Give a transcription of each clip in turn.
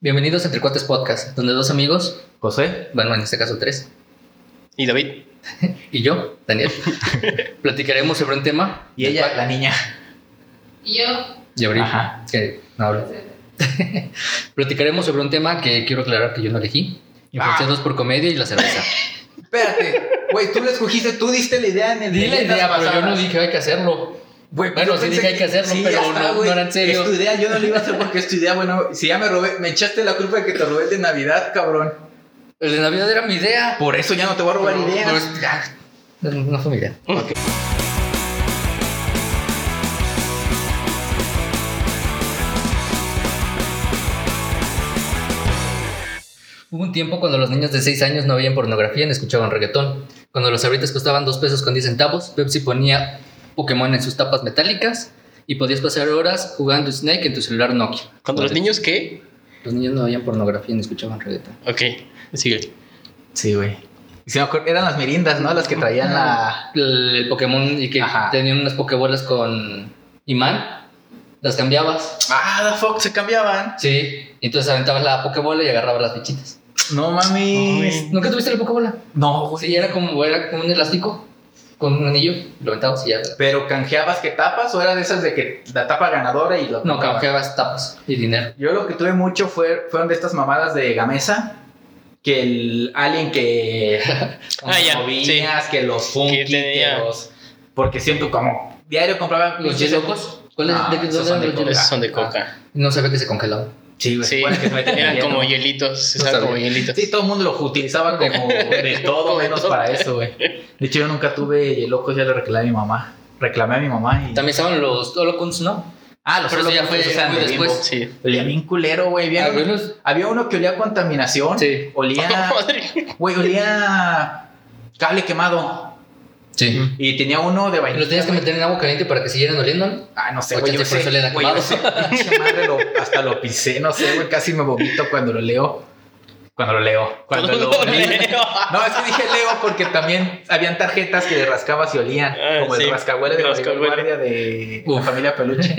Bienvenidos a Entre Cuates Podcast, donde dos amigos, José, bueno, en este caso tres, Y David. y yo, Daniel, platicaremos sobre un tema. y ella, la niña. Y yo, Y Abril, Ajá. que no habla. Platicaremos sobre un tema que quiero aclarar que yo no elegí. Ah. Influenciados por comedia y la cerveza. Espérate, güey, tú la escogiste, tú diste la idea en el Di la de las idea, pero yo no pasadas. dije hay que hacerlo. Güey, Bueno, yo sí pensé dije hay que hacerlo, sí, pero ya está, no- güey. no era en serio. Es tu idea, yo no lo iba a hacer porque es tu idea, bueno, si ya me robé, me echaste la culpa de que te robé el de Navidad, cabrón. El de Navidad era mi idea. Por eso ya no te voy a robar ideas. Pero es- ah, No, no fue mi idea. Hubo un tiempo cuando los niños de 6 años no veían pornografía ni escuchaban reggaetón. Cuando los abritas costaban 2 pesos con 10 centavos, Pepsi ponía Pokémon en sus tapas metálicas y podías pasar horas jugando Snake en tu celular Nokia. Cuando los niños, ¿qué? Los niños no veían pornografía ni escuchaban reggaetón. Ok, sigue. Sí, güey. Sí, me acuerdo, eran las mirindas, ¿no? Las que traían la... El, el Pokémon y que Ajá. tenían unas Pokébolas con imán, las cambiabas. Ah, the fuck, se cambiaban. Sí. Y entonces aventabas la Pokébola y agarrabas las fichitas. No mames. Ay. ¿Nunca tuviste la Pokébola? No, güey. Sí, era como, era como un elástico con un anillo, lo aventabas y ya. Pero canjeabas que tapas o era de esas de que la tapa ganadora y lo No, tapa? canjeabas tapas y dinero. Yo lo que tuve mucho fue, fueron de estas mamadas de Gamesa. Que el alien que Ah, ya, movías, que los funky, Que que tenía- los. Porque siempre como diario compraba ¿Los pinches- locos? ¿Cuáles No, de qué Ah, esos dónde son eran de los coca. Yelocos? Esos son de Ah. coca. No sabía que se congelaban. Sí, güey, Sí, bueno, que se meten eran en como hielo. hielitos. No Estaban sabía. como hielitos. Sí, todo el mundo lo utilizaba como de todo Como menos todo. para eso, güey. De hecho, yo nunca tuve locos, ya le reclamé a mi mamá. Reclamé a mi mamá y. También estaban los Holocuns, ¿no? Ah, los Pero eso ya fue esos eran muy de después. Bimbo. Sí. Olía bien culero, güey. Había, uno- Algunos- había uno que olía a contaminación. Sí. Olía. Oh, Madre. Güey, olía a cable quemado. Sí. Y tenía uno de Y vainilla. los tenías que güey. meter en agua caliente para que siguieran oliendo, ¿no? Ah, no sé, O güey. Yo chance por sé, eso le da güey, yo quemado. sé, pinche madre, lo- hasta lo pisé, no sé, güey. Casi me vomito cuando lo leo. Cuando lo leo. Cuando Todo lo lo olí. leo. No, es que dije leo porque también habían tarjetas que le rascabas y olían. Ah, como sí, el rascahuele de Rodrigo rascahuele. guardia de la Uf. familia Peluche.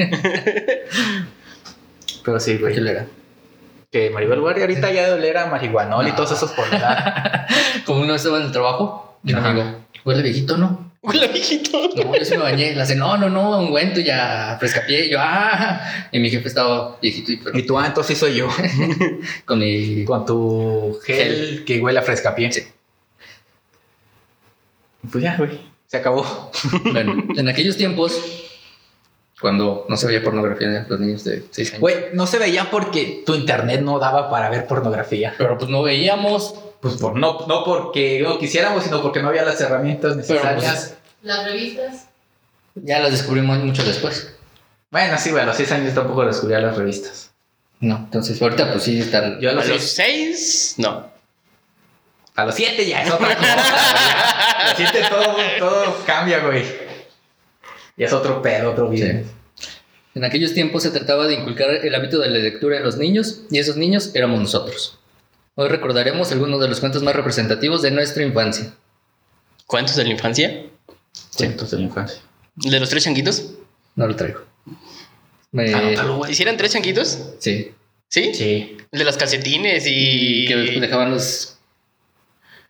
Pero sí, ¿Qué güey. le era? Que Maribel Guardia ahorita ya de oler a marihuanol y todos esos por la Como uno estaba en el trabajo, y un Ajá. amigo, huele viejito, ¿no? Hola, viejito. No, yo sí me bañé. Le hace, no, no, no, a ungüento y a frescapié. Y yo, ah. Y mi jefe estaba viejito y pero Y tú, ah, entonces sí soy yo. con mi. Con tu gel que huele a frescapié. Sí. Pues ya, güey. Se acabó. Bueno, en aquellos tiempos, cuando no se veía pornografía de los niños de 6 años. Güey, no se veía porque tu internet no daba para ver pornografía. Pero pues no veíamos. Pues por, no, no porque no quisiéramos, sino porque no había las herramientas pues, necesarias. las revistas. Ya las descubrimos mucho después. Bueno, sí, güey, a los 6 años tampoco descubrí a las revistas. No, entonces ahorita pues sí está. Yo a A los los 6. seis, no. A los 7 ya es otra cosa. güey. A los 7 todo, todo cambia, güey. Y es otro pedo, otro video. En aquellos tiempos se trataba de inculcar el hábito de la lectura en los niños y esos niños éramos nosotros. Hoy recordaremos algunos de los cuentos más representativos de nuestra infancia. ¿Cuántos de la infancia? Cuentos de la infancia. ¿De los tres changuitos? Ah, No lo traigo. Me- Anótalo, güey. ¿Hicieran tres changuitos? Sí. ¿Sí? Eh, Sí. El de las calcetines y. Y que dejaban los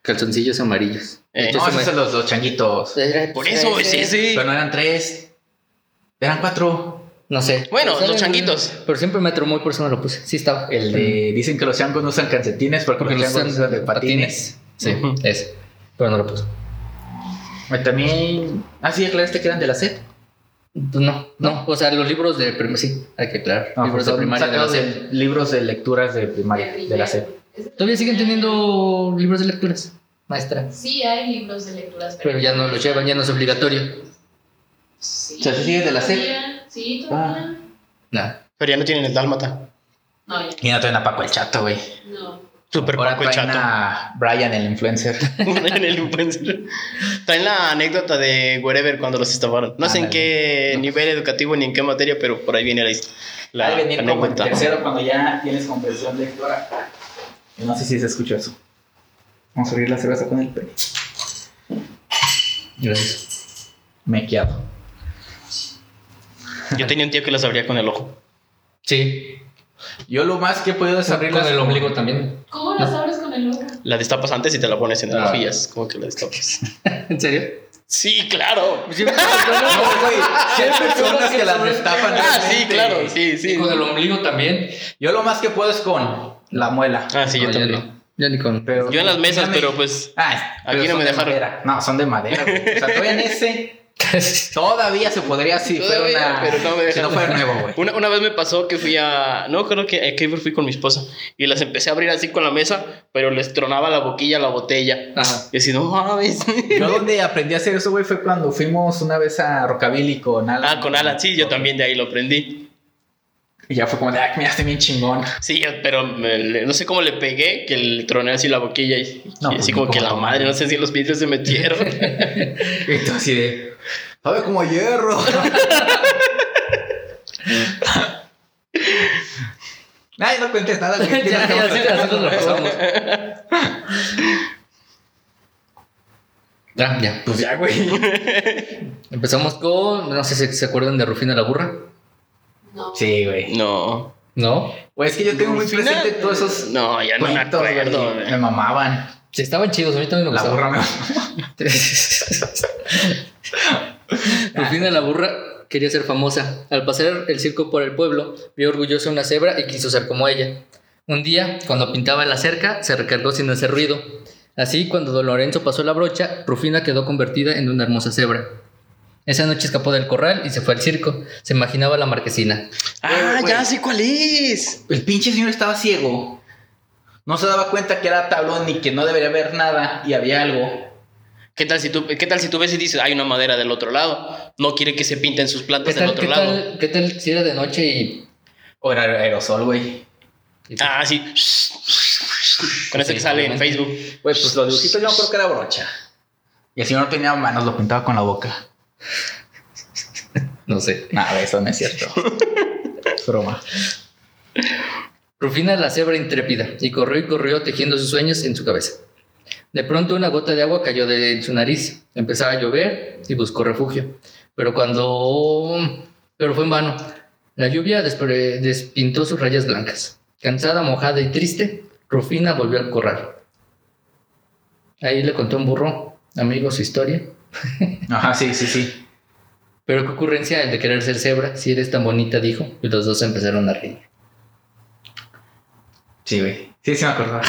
calzoncillos amarillos. Eh, Entonces, No, me- esos son los dos changuitos. Era- Por eso es ese. Pero no eran 3. Eran 4. No sé. Bueno, Pues, los era- changuitos. Pero siempre me atrumó y por eso no lo puse. Sí estaba. El de. Eh, Dicen que los changos no usan calcetines porque, Porque los los changos usan usan de patines. patines. Sí, Ujú. ese. Pero no lo puse. Güey, También. Ah, sí, aclaraste que eran de la SED. Pues no, no. O sea, los libros de primaria. Sí, hay que aclarar. No, libros de Ah, pues, son primaria. de la sacados de SEP. libros de lecturas de primaria, de de la SED. Todavía siguen teniendo libros de lecturas, maestra. Sí, hay libros de lecturas. Pero ya no los llevan, ya no es obligatorio. Sí, O sea, ¿sí sigues de la SEP? todavía, Sí, todavía. Nada. Pero ya no tienen el dálmata. No, ya. Y no traen a Paco el Chato, güey. No. Super Ahora Paco el traen chato. a Brian, el influencer. en el influencer. Traen la anécdota de Wherever cuando los estafaron. No sé en Ándale. qué nivel educativo ni en qué materia, pero por ahí viene la, his- la Ha de venir como en anécdota. tercero cuando ya tienes comprensión lectora. Y no sé si se escuchó eso. Vamos a abrir la cerveza con el pene. Gracias. Mequeado. Yo tenía un tío que los abría con el ojo. Sí. Yo lo más que he podido es abrir Con las- el ombligo también. ¿Cómo las abres con el ojo? La destapas antes y te la pones entre Ah. las vías. ¿Cómo que la destapas? ¿En serio? Sí, claro. No, güey. sí hay personas que las destapan. Ah, sí, realmente. claro. Sí, Y sí. con el ombligo también. Yo lo más que puedo es con la muela. Ah, sí, yo No, también. no. Yo ni con. Pero- Yo en las mesas, Mírame. pero pues. Ah, Aquí no son me de dejaron. madera. No, son de madera. güey. O sea, todavía en ese todavía se podría si fuera Todavía, una- pero no me si no dejaron. fuera nuevo, güey. Una, una vez me pasó que fui a. No, creo que a Kiefer fui con mi esposa. Y las empecé a abrir así con la mesa, pero les tronaba la boquilla a la botella. Ajá. Y así, no mames. Yo donde aprendí a hacer eso, güey, fue cuando fuimos una vez a Rockabilly con Alan. Ah, con Alan, sí, yo también de ahí lo aprendí. Y ya fue como de, ah, mira, este bien chingón. Sí, eh, pero me- le- no sé cómo le pegué, que le troné así la boquilla y, y No, así pues, como que la ¿cómo? madre, no sé si los vidrios se metieron. Y tú así de, sabe como a hierro. Ay, no cuentes nada, güey. Ya, ya, ya, ya, nosotros lo pasamos. Ah, ya. Pues ya, güey. Empezamos con. No sé si se acuerdan de Rufina la burra. No. Sí, güey. No. No. Güey, es que yo tengo muy Rufina, presente todos esos No, ya no me cuentos, güey. acuerdo. güey. Me mamaban. Sí, estaban chidos. A mí también me La gustaban. burra me Rufina la burra quería ser famosa. Al pasar el circo por el pueblo, vio orgullosa una cebra y quiso ser como ella. Un día, cuando pintaba la cerca, se recargó sin hacer ruido. Así, cuando don Lorenzo pasó la brocha, Rufina quedó convertida en una hermosa cebra. Esa noche escapó del corral y se fue al circo. Se imaginaba la marquesina. Ah, Güey. ya sé cuál es. El pinche señor estaba ciego. No se daba cuenta que era tablón y que no debería haber nada y había algo. ¿Qué tal, si tú, ¿Qué tal si tú ves y dices, hay una madera del otro lado? No quiere que se pinten sus ¿Qué plantas del tal, otro qué lado. tal- qué tal si era de noche y... O era aerosol, güey. y- Ah, sí. Con eso Sí, que sale en obviamente. Facebook. Güey, pues los dibujitos yo no creo que era brocha. Y el señor no tenía manos, lo pintaba con la boca. No sé. Nada, eso no es cierto. Es broma. Rufina la cebra intrépida y corrió y corrió tejiendo sus sueños en su cabeza. De pronto una gota de agua cayó de su nariz, empezaba a llover y buscó refugio, pero cuando... pero fue en vano. La lluvia despre- despintó sus rayas blancas. Cansada, mojada y triste, Rufina volvió al corral. Ahí le contó un burro, amigo, su historia. Ajá, sí, sí, sí. Pero qué ocurrencia el de querer ser cebra, si eres tan bonita, dijo, y los dos empezaron a reír. Sí, güey. Sí, sí me acordaba.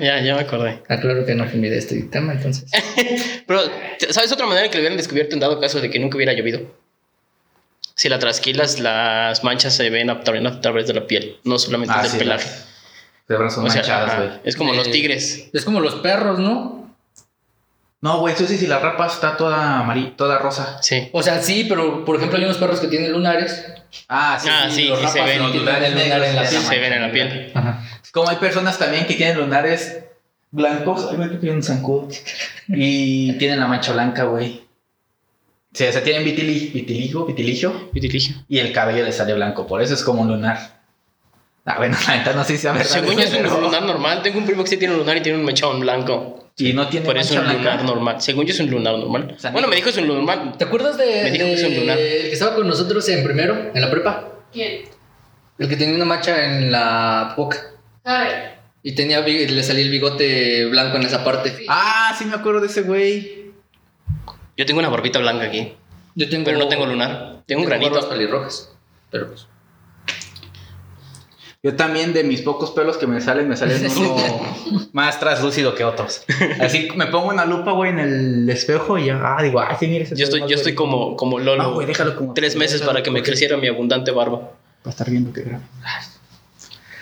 Ya, ya me acordé. Ah, claro que no fue mi de este tema, entonces. Pero, ¿t- ¿sabes otra manera que lo hubieran descubierto en dado caso de que nunca hubiera llovido? Si la trasquilas, las manchas se ven a también a través de la piel, no solamente Ah, del sí, pelaje. las- De brazos O sea, manchadas, ajá, güey. es como los Eh, tigres. Es como los perros, ¿no? No, güey, eso sí, si la rapa está toda amarilla, toda rosa. Sí. O sea, sí, pero por ejemplo hay unos perros que tienen lunares. Ah, Ah, sí, los sí, se rapas, ven. los Y lunares tienen lunar negros en la y piel. Se ven en la mancha piel. Como hay personas también que tienen lunares blancos. Ay, güey, que tienen zancudo. Y tienen la mancha blanca, güey. Sí, o sea, tienen vitili- vitiligo, vitiligio. Vitiligio. Y el cabello le sale blanco. Por eso es como un lunar. Ah, bueno, la neta no sé si sea verdad. Según yo es un pero- lunar normal. Tengo un primo que sí tiene un lunar y tiene un mechón blanco. Y no tiene Por eso mancha es un blanca. lunar normal. Según yo es un lunar normal. O sea, bueno, ni- me dijo es un normal. ¿Te acuerdas de, Me dijo que es de- un lunar. el que estaba con nosotros en primero, en la prepa? ¿Quién? El que tenía una mancha en la boca Javi. y tenía bi- le salía el bigote blanco en esa parte. Ah, sí me acuerdo de ese güey. Yo tengo una barbita blanca aquí, Yo tengo pero no tengo lunar. Tengo un barbas granito. pelirrojas. Pero pues Yo también de mis pocos pelos que me salen, me salen uno más traslúcido que otros. Así me pongo una lupa, güey, en el espejo y ya, ah, digo, ay, sí, mira ese Yo pelo estoy, más yo estoy güerito. como, como Lolo. No, Ah, güey, déjalo como- Tres meses déjalo para que me porque- creciera mi abundante barba. Va a estar viendo que grabo.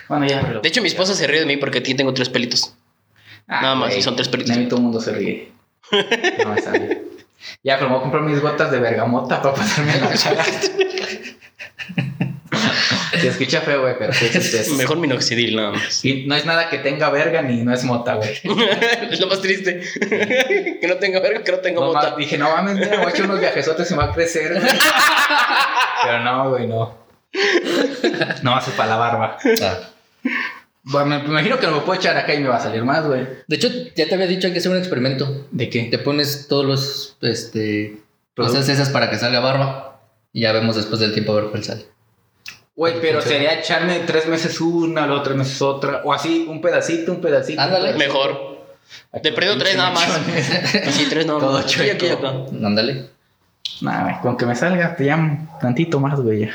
Bueno, ya. De hecho, mi esposa se ríe de mí porque aquí tengo tres pelitos. nada más, y son tres perritos. A mí todo el mundo se ríe. No me sale. Ya, pero me voy a comprar mis botas de bergamota para pasarme la cara. Se escucha feo, güey, pero sí, sí, sí, es- Mejor minoxidil, nada más. Y no es nada que tenga verga ni no es mota, güey. es lo más triste. que no tenga verga, que no tenga No, bota. ma- dije, no mames, mira, voy a echar unos viajesotes y me va a crecer, güey. Pero no, güey, no. No hace para la barba. Bueno, me me imagino que no me puedo echar acá y me va a salir más, güey. de hecho ya te había dicho hay que hacer un experimento. ¿De qué? Te pones todos los este pues, Productos. cosas esas para que salga barba y ya vemos después del tiempo a ver cuál sale. Güey, pero Funciona. sería echarme tres meses una, luego tres meses otra. O así, un pedacito, un pedacito. un Ándale. pedacito. Mejor. Aquí, Te prendo tres pinche nada más. mechones. Sí, tres nada Todo más. Aquí, aquí, chueco. acá. Ándale. Nah, güey, con que me salga, te llamo tantito más, güey. ya.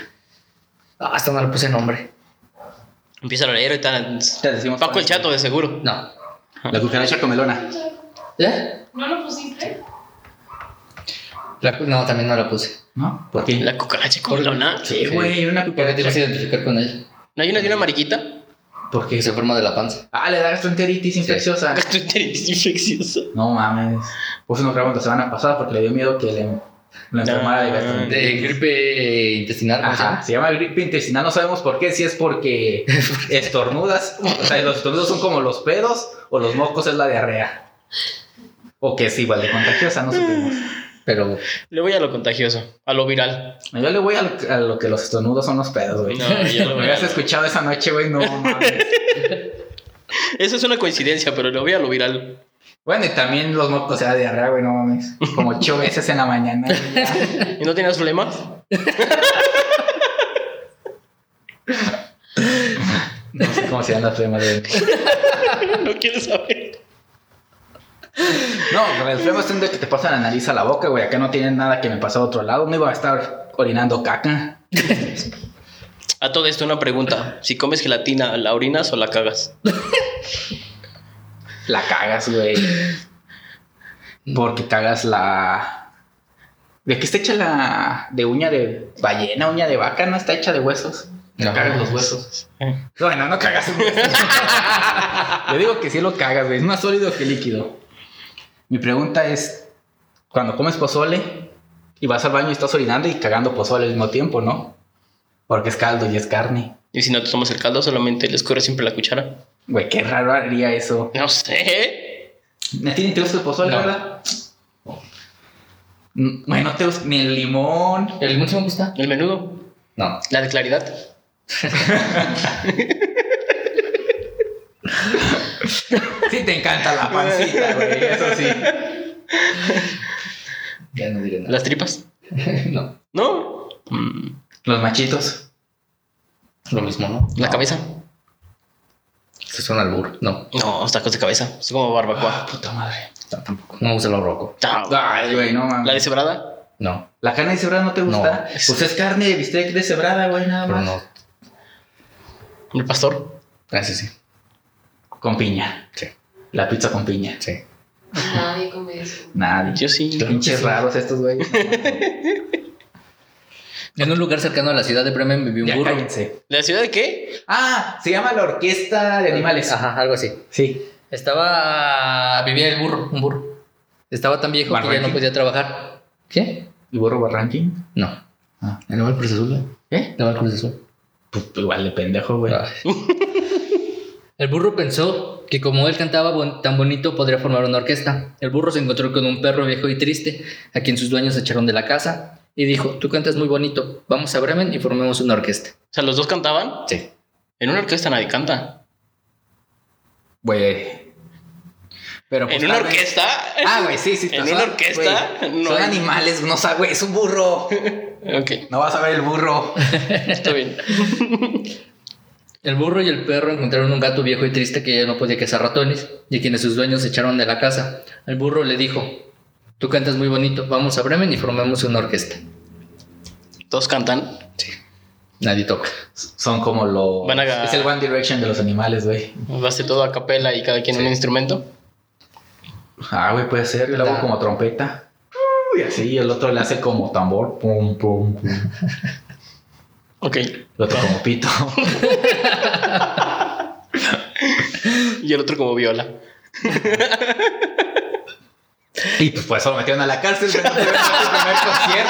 Ah, hasta no le puse nombre. Empieza a leer y tal. Te decimos Paco cuál el es. chato, de seguro. No. La cucaracha comelona. ¿Eh? ¿No lo pusiste? La- no, también no la puse. ¿No? ¿Por qué? La cucaracha comelona. Sí, güey, una Porque te vas a cucaracha. identificar con ella. ¿No hay una de una mariquita? ¿Por Que qué? se forma de la panza. Ah, le da gastroenteritis infecciosa. Gastroenteritis infecciosa. No mames. Pues no grabamos la semana pasada porque le dio miedo que le, la enfermara de Ah. gastroenteritis. De gripe intestinal. ¿cómo se Ajá, llama? se llama gripe intestinal, no sabemos por qué, si es porque estornudas, o sea, los estornudos son como los pedos o los mocos es la diarrea. O que es igual de contagiosa, no supimos. Pero Le voy a lo contagioso, a lo viral. Yo le voy a lo, a lo que los estornudos son los pedos, güey. No, yo Me lo voy a habías lo- escuchado esa noche, güey, no mames. Eso es una coincidencia, pero le voy a lo viral. Bueno, y también los mocos era diarrea, güey, no mames. Como ocho veces en la mañana. güey. ¿Y no tenías problemas? No sé cómo se dan las flemas, güey. No quiero saber. No, pero el flemas es de que te pasa la nariz a la boca, güey. Acá no tienen nada que me pasó a otro lado. No iba a estar orinando caca. A todo esto, una pregunta. Si comes gelatina, ¿la orinas o la cagas? La cagas, güey. Porque cagas la. ¿De qué está hecha la. de uña de ballena, uña de vaca? ¿No está hecha de huesos? Te No. cagas los huesos. Bueno, no cagas un hueso. Yo digo que sí lo cagas, güey. Es más sólido que líquido. Mi pregunta es: cuando comes pozole y vas al baño y estás orinando y cagando pozole al mismo tiempo, ¿no? Porque es caldo y es carne. Y si no te tomas el caldo, solamente le escurres siempre la cuchara. Güey, qué raro haría eso. No sé. ¿No tienen te gusta el pozole, No. verdad? Mm, Güey, no te gusta ni el limón. el limón sí me gusta. El menudo, No. la de claridad. Sí te encanta la pancita, güey, eso sí. Ya no diré nada. Las tripas. no. No. Mm, Los machitos. Lo mismo, ¿no? La cabeza. Eso es un albur. No. No, los tacos de cabeza. Es como barbacoa. Ah, Puta madre. No, tampoco. No me gusta lo roco. Ah, Ay, güey, no La mames. deshebrada. No. ¿La carne deshebrada no te gusta? No. Pues es carne de bistec deshebrada, güey, nada Pero más. no. El pastor. Ese sí. Con piña. Sí. La pizza con piña. Sí. Nadie come eso. Nada. Yo sí. Pinches raros estos, güey. En un lugar cercano a la ciudad de Bremen vivió un Ya burro. cállense. ¿La ciudad de qué? Ah, se llama la orquesta de animales. Ajá, algo así. Ah, Sí. Estaba. Vivía el burro, un burro. Estaba tan viejo que ya Barranquín. no podía trabajar. ¿Qué? ¿Y burro barranquín? No. Ah. El nuevo Cruz Azul, ¿eh? ¿Eh? Le va al Cruz Azul. Pues igual de pendejo, güey. El burro pensó que como él cantaba bon- tan bonito podría formar una orquesta. El burro se encontró con un perro viejo y triste, a quien sus dueños echaron de la casa, y dijo, tú cantas muy bonito, vamos a Bremen y formemos una orquesta. O sea, los dos cantaban. Sí. En una orquesta nadie canta. Güey. Pero pues, en una tal vez- orquesta. Ah, güey, sí, sí. En son- una orquesta, güey, no son hay- animales, no sabe, güey, es un burro. Ok, No vas a ver el burro. está bien. El burro y el perro encontraron un gato viejo y triste que ya no podía cazar ratones, y a quienes sus dueños echaron de la casa. El burro le dijo, tú cantas muy bonito, vamos a Bremen y formemos una orquesta. Todos cantan. Nadie toca. Son como los. Van a- Es el One Direction de los animales, güey. Va a ser todo a capela y cada quien un instrumento. Ah, güey, puede ser. Yo lo hago Ah. como trompeta. Y así, y el otro le hace como tambor. Pum, pum, pum. Ok. El otro como pito. Y el otro como viola. Y pues por eso lo metieron a la cárcel. güey, no te ves en tu primer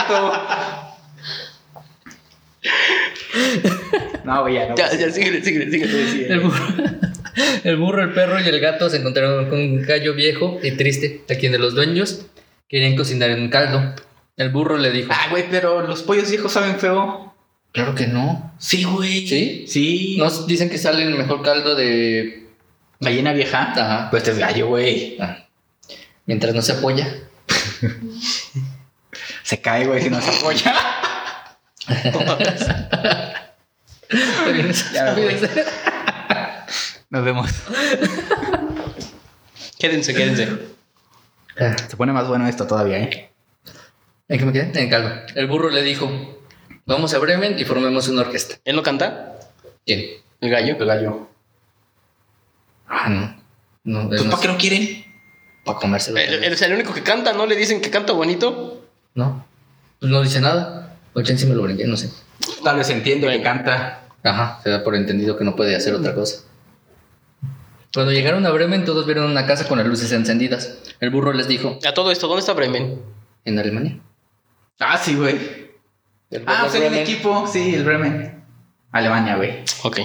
concierto. No, güey, ya no. Ya, ya, sigue, sigue, sigue. El burro, el burro, el perro y el gato se encontraron con un gallo viejo y triste, a quien de los dueños querían cocinar en un caldo. El burro le dijo, Ah, güey, pero los pollos viejos saben feo. claro que no. Sí, güey. ¿Sí? Sí. Nos dicen que sale el mejor caldo de... Gallina vieja. Ajá. Pues este es gallo, güey. Ah. Mientras no se apoya. Se cae, güey, si no se apoya. Está bien, Ya me voy. cuídense. Nos vemos. Quédense, quédense. Ah, Se pone más bueno esto todavía, ¿eh? ¿En qué me quedé? En calvo. El burro le dijo: Vamos a Bremen y formemos una orquesta. ¿Él no canta? ¿Quién? El gallo. El gallo. Ah, no. No, ¿Pues no para qué lo quieren? para comérselo. El, el- es el único que canta, ¿no? Le dicen que canta bonito. No. Pues no dice nada. O chance me lo brinqué, no sé. Tal vez entiende que Bueno. canta. Ajá, se da por entendido que no puede hacer otra cosa. Cuando llegaron a Bremen, todos vieron una casa con las luces encendidas. El burro les dijo, A todo esto, ¿dónde está Bremen? en Alemania. Ah, sí, güey. El Ah, burro pues hay un Bremen, equipo. Sí, el Bremen. Alemania, güey. Ok.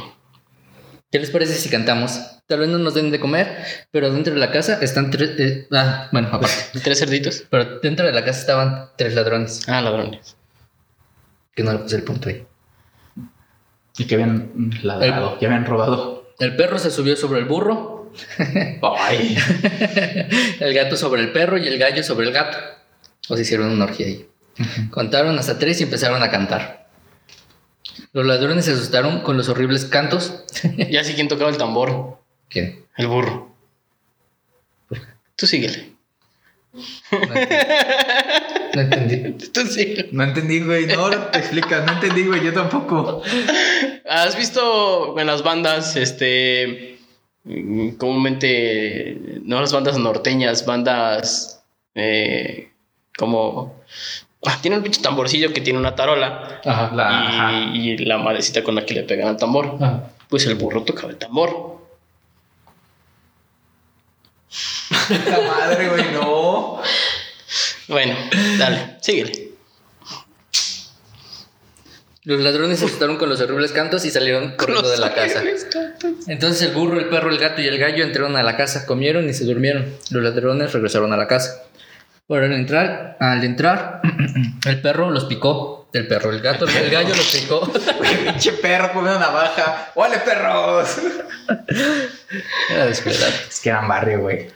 ¿Qué les parece si cantamos? Tal vez no nos den de comer, pero dentro de la casa están tres... eh, ah, bueno, aparte. ¿Tres cerditos? Pero dentro de la casa estaban tres ladrones. Ah, ladrones. Que no le puse el punto ahí. Y que habían mm, ladrado, que habían robado. El perro se subió sobre el burro Ay. el gato sobre el perro y el gallo sobre el gato. O se hicieron una orgía ahí. Contaron hasta tres y empezaron a cantar. Los ladrones se asustaron con los horribles cantos. Ya sé quién tocaba el tambor. ¿Quién? El burro. Tú síguele. No entendí. No entendí. Tú síguele. No entendí, güey. No, no te explicas. No entendí, güey. Yo tampoco. ¿Has visto en las bandas, este, mm, comúnmente, no las bandas norteñas, bandas eh, como... Ah, tiene un pinche tamborcillo que tiene una tarola Ajá. La- ajá. y, y la madrecita con la que le pegan al tambor. Ajá. Pues el burro tocaba el tambor. Puta madre, güey, no. Bueno, dale, síguele. Los ladrones se asustaron con los horribles cantos y salieron corriendo de la casa. Entonces el burro, el perro, el gato y el gallo entraron a la casa, comieron y se durmieron. Los ladrones regresaron a la casa. Pero al entrar, al entrar, el perro los picó. El perro, el gato, el gallo los picó. Güey, pinche perro con una navaja. ¡Ole, perros! Era descuidado. Es que eran barrio, güey.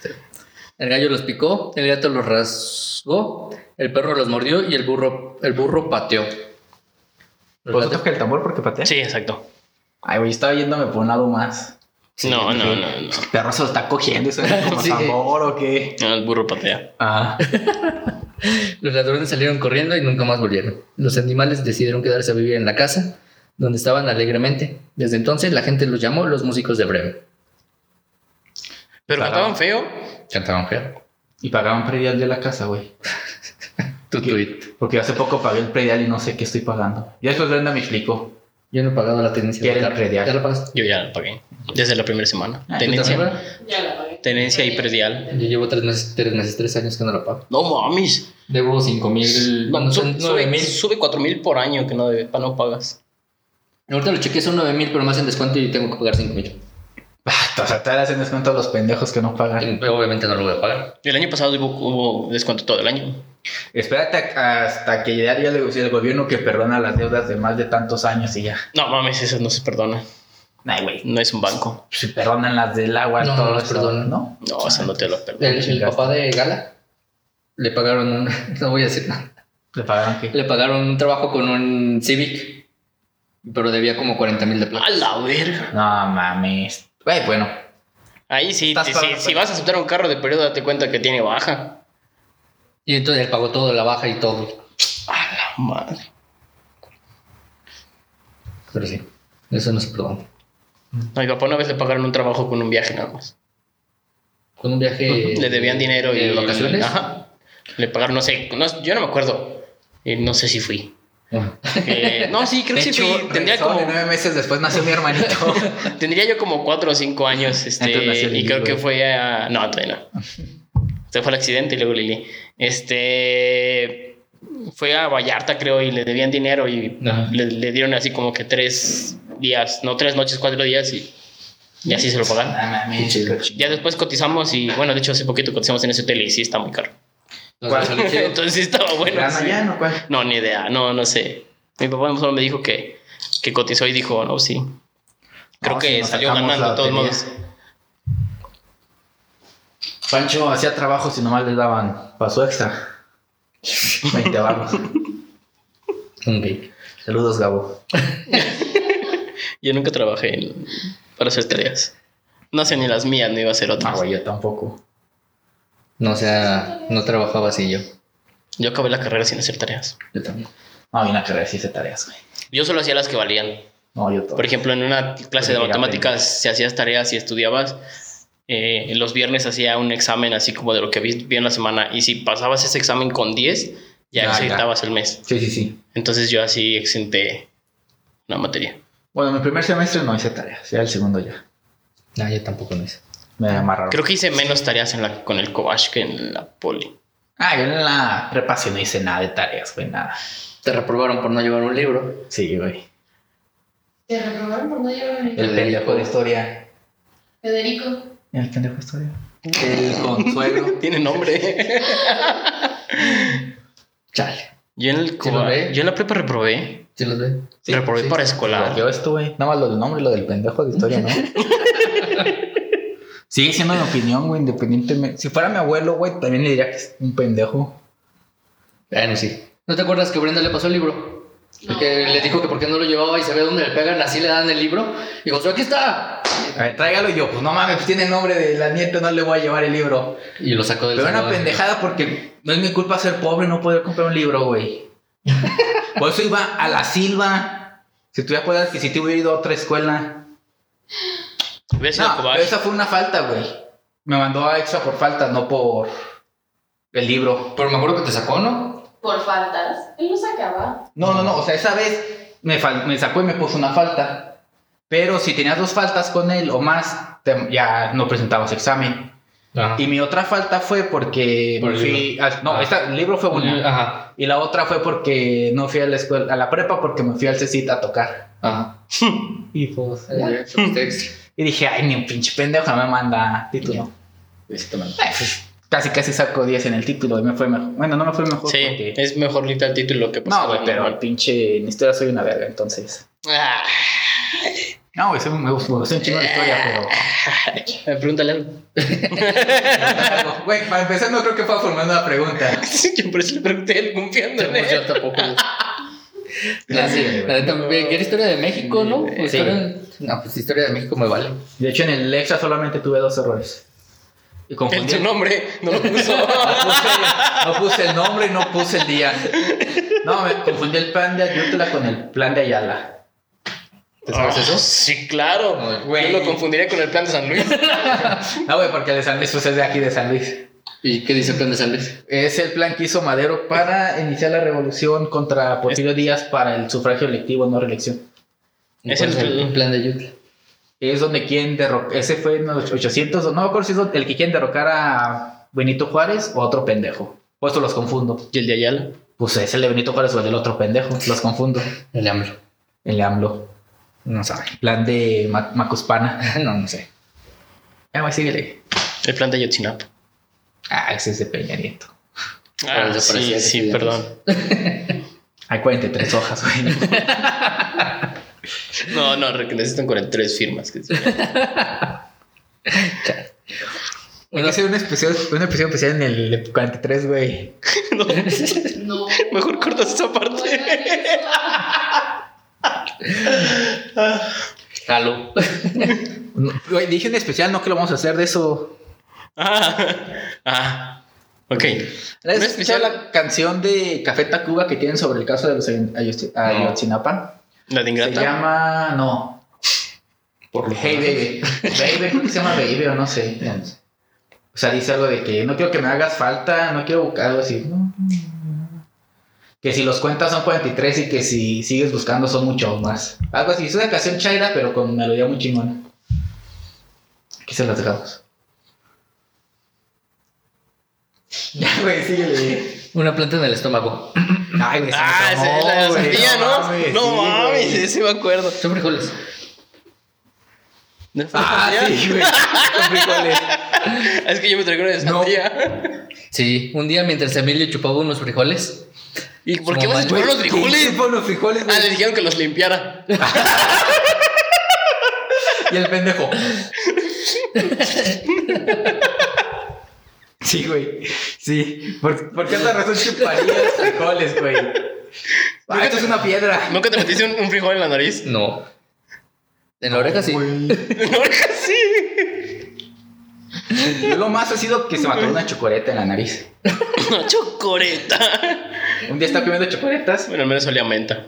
El gallo los picó, el gato los rasgó, el perro los mordió y el burro, el burro pateó. Los ¿Vos gatos- toca el tambor porque patea? Sí, exacto. Ay, güey, estaba yéndome por un lado más. No, no, no, no. El perro se lo está cogiendo y suena como Sí. tambor o qué. El burro patea. Ah. Los ladrones salieron corriendo y nunca más volvieron. Los animales decidieron quedarse a vivir en la casa, donde estaban alegremente. Desde entonces la gente los llamó los músicos de Bremen. Pero Parado. cantaban feo. Cantaban feo. Y pagaban predial de la casa, güey. Tu ¿Qué? tuit. Porque hace poco pagué el predial y no sé qué estoy pagando. Ya después Brenda me explicó. Yo no he pagado la tenencia Quieren del carro. predial. ¿Ya la pagaste? Yo ya la pagué. Desde la primera semana. Ah, ¿Tú Tenencia. también? Ya la pagué. Tenencia y predial. Yo llevo tres meses, tres meses, tres años que no la pago. No mames. Debo cinco mil, bueno, Su- son nueve sube, mil. sube 4 mil por año que no, debe- pa- no pagas. Ahorita lo chequeé, son nueve mil, pero más en descuento y tengo que pagar cinco mil. Ah, o sea, te hacen descuento a los pendejos que no pagan. Pero Obviamente no lo voy a pagar. El año pasado hubo, hubo descuento todo el año. Espérate a- hasta que ya diga el el gobierno que perdona las deudas de más de tantos años y ya. No mames, eso no se perdona. Ay, güey. No es un banco. Si perdonan las del agua, No, todo no las eso, perdonan. ¿no? No, eso no te lo perdono. El, el papá de Gala le pagaron un. No voy a decir nada. ¿Le pagaron qué? Le pagaron un trabajo con un Civic, pero debía como 40 mil de plata. A la verga. No mames. Güey, bueno. Ahí sí, Estás te- sí, pagando- si vas a aceptar un carro de periodo, date cuenta que tiene baja. Y entonces él pagó todo, la baja y todo. A la madre. Pero sí, eso no se perdona. A mi papá una vez le pagaron un trabajo con un viaje nada más. Con un viaje. le debían dinero Eh, de y. vacaciones. Ajá. Le pagaron, no sé, no- yo no me acuerdo. Eh, no sé si fui. Ajá. Eh, no, sí, creo que sí fui. Tendría regresó como. de nueve meses después nació mi hermanito. Tendría yo como 4 o 5 años, Entonces nació este, Lili, y creo que güey. fue a... No, todavía no. Se fue al accidente y luego Lili. Este... Fue a Vallarta, creo, y le debían dinero y Ajá. le, le dieron así como que tres días, no tres noches, cuatro días y, y así se lo pagaron. No mames, chico, chico. Ya después cotizamos y, bueno, de hecho hace poquito cotizamos en ese hotel y sí está muy caro. Entonces, ¿Cuál? salió chido. Entonces sí estaba bueno. ¿Gran sí. Allan o cuál? No, ni idea, no, no sé. Mi papá solo me dijo que, que cotizó y dijo, no, sí. Creo No, que si nos salió sacamos ganando la de todos lotería. modos. Pancho hacía trabajos y nomás les daban para su extra. 20 barros. Ok. Saludos, Gabo. Yo nunca trabajé en- para hacer tareas. No sé ni las mías, no iba a hacer No, otras. Ah, güey, yo tampoco. No, o sea, no trabajaba así yo. Yo acabé la carrera sin hacer tareas. Yo también. No, vi una carrera sí hice tareas, güey. Yo solo hacía las que valían. No, yo todo. Por ejemplo, en una clase de Porque llegaba matemáticas, si hacías tareas y estudiabas, eh, los viernes hacía un examen así como de lo que vi, vi en la semana. Y si pasabas ese examen con 10, ya Ah, ya. exentabas el mes. Sí, sí, sí. Entonces yo así exenté una materia. Bueno, mi primer semestre no hice tareas, ya el segundo ya. No, yo tampoco no hice. Me amarraron. Creo que hice menos tareas en la, con el Cobach que en la poli. Ah, yo en la prepa sí no hice nada de tareas, güey, nada. Te reprobaron por no llevar un libro. Sí, güey. Te reprobaron por no llevar un El El pendejo pendejo de historia. Federico. El pendejo de historia. El consuelo. Tiene nombre. Chale. yo, en el Cobach- ve? yo en la prepa reprobé. ¿Sí los ve? Sí, reprobé sí. para escolar. Yo estuve. Nada más lo del nombre, lo del pendejo de historia, ¿no? Sigue siendo mi opinión, güey, independientemente. Si fuera mi abuelo, güey, también le diría que es un pendejo. Bueno, sí. ¿No te acuerdas que Brenda le pasó el libro? No. Que le dijo que por qué no lo llevaba y se ve dónde le pegan, así le dan el libro. Y Josué, aquí está. A ver, tráigalo yo. Pues no mames, pues tiene el nombre de la nieta, no le voy a llevar el libro. Y lo sacó del Pero una salón. pendejada porque no es mi culpa ser pobre y no poder comprar un libro, güey. Por eso iba a la silva. Si tuviera poder adquisitivo, hubiera ido a otra escuela. Hubiera sido No, el Cobach. pero esa fue una falta, güey. Me mandó a extra por falta, no por el libro. Pero me acuerdo que te sacó, ¿no? Por faltas. Él lo sacaba. No, no, no. O sea, esa vez me, fal- me sacó y me puso una falta. Pero si tenías dos faltas con él o más, te- ya no presentabas examen. Ajá. Y mi otra falta fue porque Por me el fui. a- no, Ah. esta- el libro fue una. Ajá. Y la otra fue porque no fui a la escuela, a la prepa, porque me fui al E CECIT a tocar. Ajá. Y pues. Eh, fuiste extra. Y dije, ay, ni un pinche pendejo me manda título. Ay, pues, Casi, casi saco 10 en el título y me fue mejor. Bueno, no me fue mejor. Sí, porque- es mejor ahorita el título que No, pasaba güey, pero el normal. pinche. En historia soy una verga, entonces. Ah, No, güey, soy, me gusta, me gusta un chingo de historia, pero. pregúntale algo. Güey, para empezar, no creo que pueda formar una pregunta. Yo por eso le pregunté confiando en Pues él. yo tampoco. La de- la de también, que era historia de México, ¿no? O historia- No, pues historia de México me vale. De hecho, en el extra solamente tuve dos errores. Y En confundí. su el- No nombre no lo puso. puse, no puse el nombre y no puse el día. No, me confundí el plan de Ayutla con el plan de Ayala. ¿Te sabes Ah, eso? Sí, claro. Ay, güey. Yo lo confundiría con el plan de San Luis. No, güey, porque el de San Luis pues, es de aquí, de San Luis. ¿Y qué dice el plan de San Luis? Es el plan que hizo Madero para iniciar la revolución contra Porfirio Díaz para el sufragio electivo, no reelección. Es ¿Cuál el- plan de Yutla. Es donde quieren derrocar. Ese fue en los 800, no me acuerdo si es el que quieren derrocar a Benito Juárez o otro pendejo. Por eso los confundo. ¿Y el de Ayala? Pues es el de Benito Juárez o el del otro pendejo. Los confundo. El AMLO. El de AMLO. No sabe. Plan de Ma- Macuspana. No, no sé. Ah, güey, síguele. El plan de Ayotzinapa. Ah, ese es de Peña Nieto. Ah, Ah, desaparecía sí, de sí, estudiantes. perdón. Hay 43 hojas, güey. No, no, re- que necesitan 43 firmas. que sí. Hay que hacer un especial, un episodio especial en el 43, güey. No, No. mejor cortas esa No parte. hagas Jalo. No, güey, dije un especial, no que lo vamos a hacer de eso. Ah, ah, ok. ¿Has Un escuchado especial- la canción de Café Tacuba que tienen sobre el caso de los Ayotzin- Ayotzinapa? La de Se Ingrata. llama... No. Por Hey Baby. Baby, creo que se llama Baby o no sé. No sé. O sea, dice algo de que no quiero que me hagas falta, no quiero buscar algo así. No. Que si los cuentas son 43 y que si sigues buscando son muchos más. Algo así. Es una canción chaira, pero con melodía muy chingona. Aquí se las dejamos. Ya, güey, síguele. Una planta en el estómago. Ay, güey, se me Ah, tomó, esa es la de la güey. sandía, ¿no? No sí, mames, güey. ese me acuerdo. Son frijoles. ¿No fue Ah, sandía? sí, güey. Con frijoles. Es que yo me traigo una de No. sandía. Sí. Un día mientras Emilio chupaba unos frijoles. ¿Y por Su qué vas a mamá- chupar los Güey, frijoles? sí, por los frijoles, Ah, güey. le dijeron que los limpiara. Y el pendejo. Sí, güey. Sí. ¿Por, por qué esa razón chuparía los frijoles, güey? Ah, esto es una piedra. ¿Nunca te metiste un, un frijol en la nariz? No. En la oreja sí. Güey. Ahora sí. Yo lo más ha sido que se me atoró una chocoreta en la nariz. Una chocoreta. Un día estaba comiendo chocoretas Bueno, al menos olía a menta.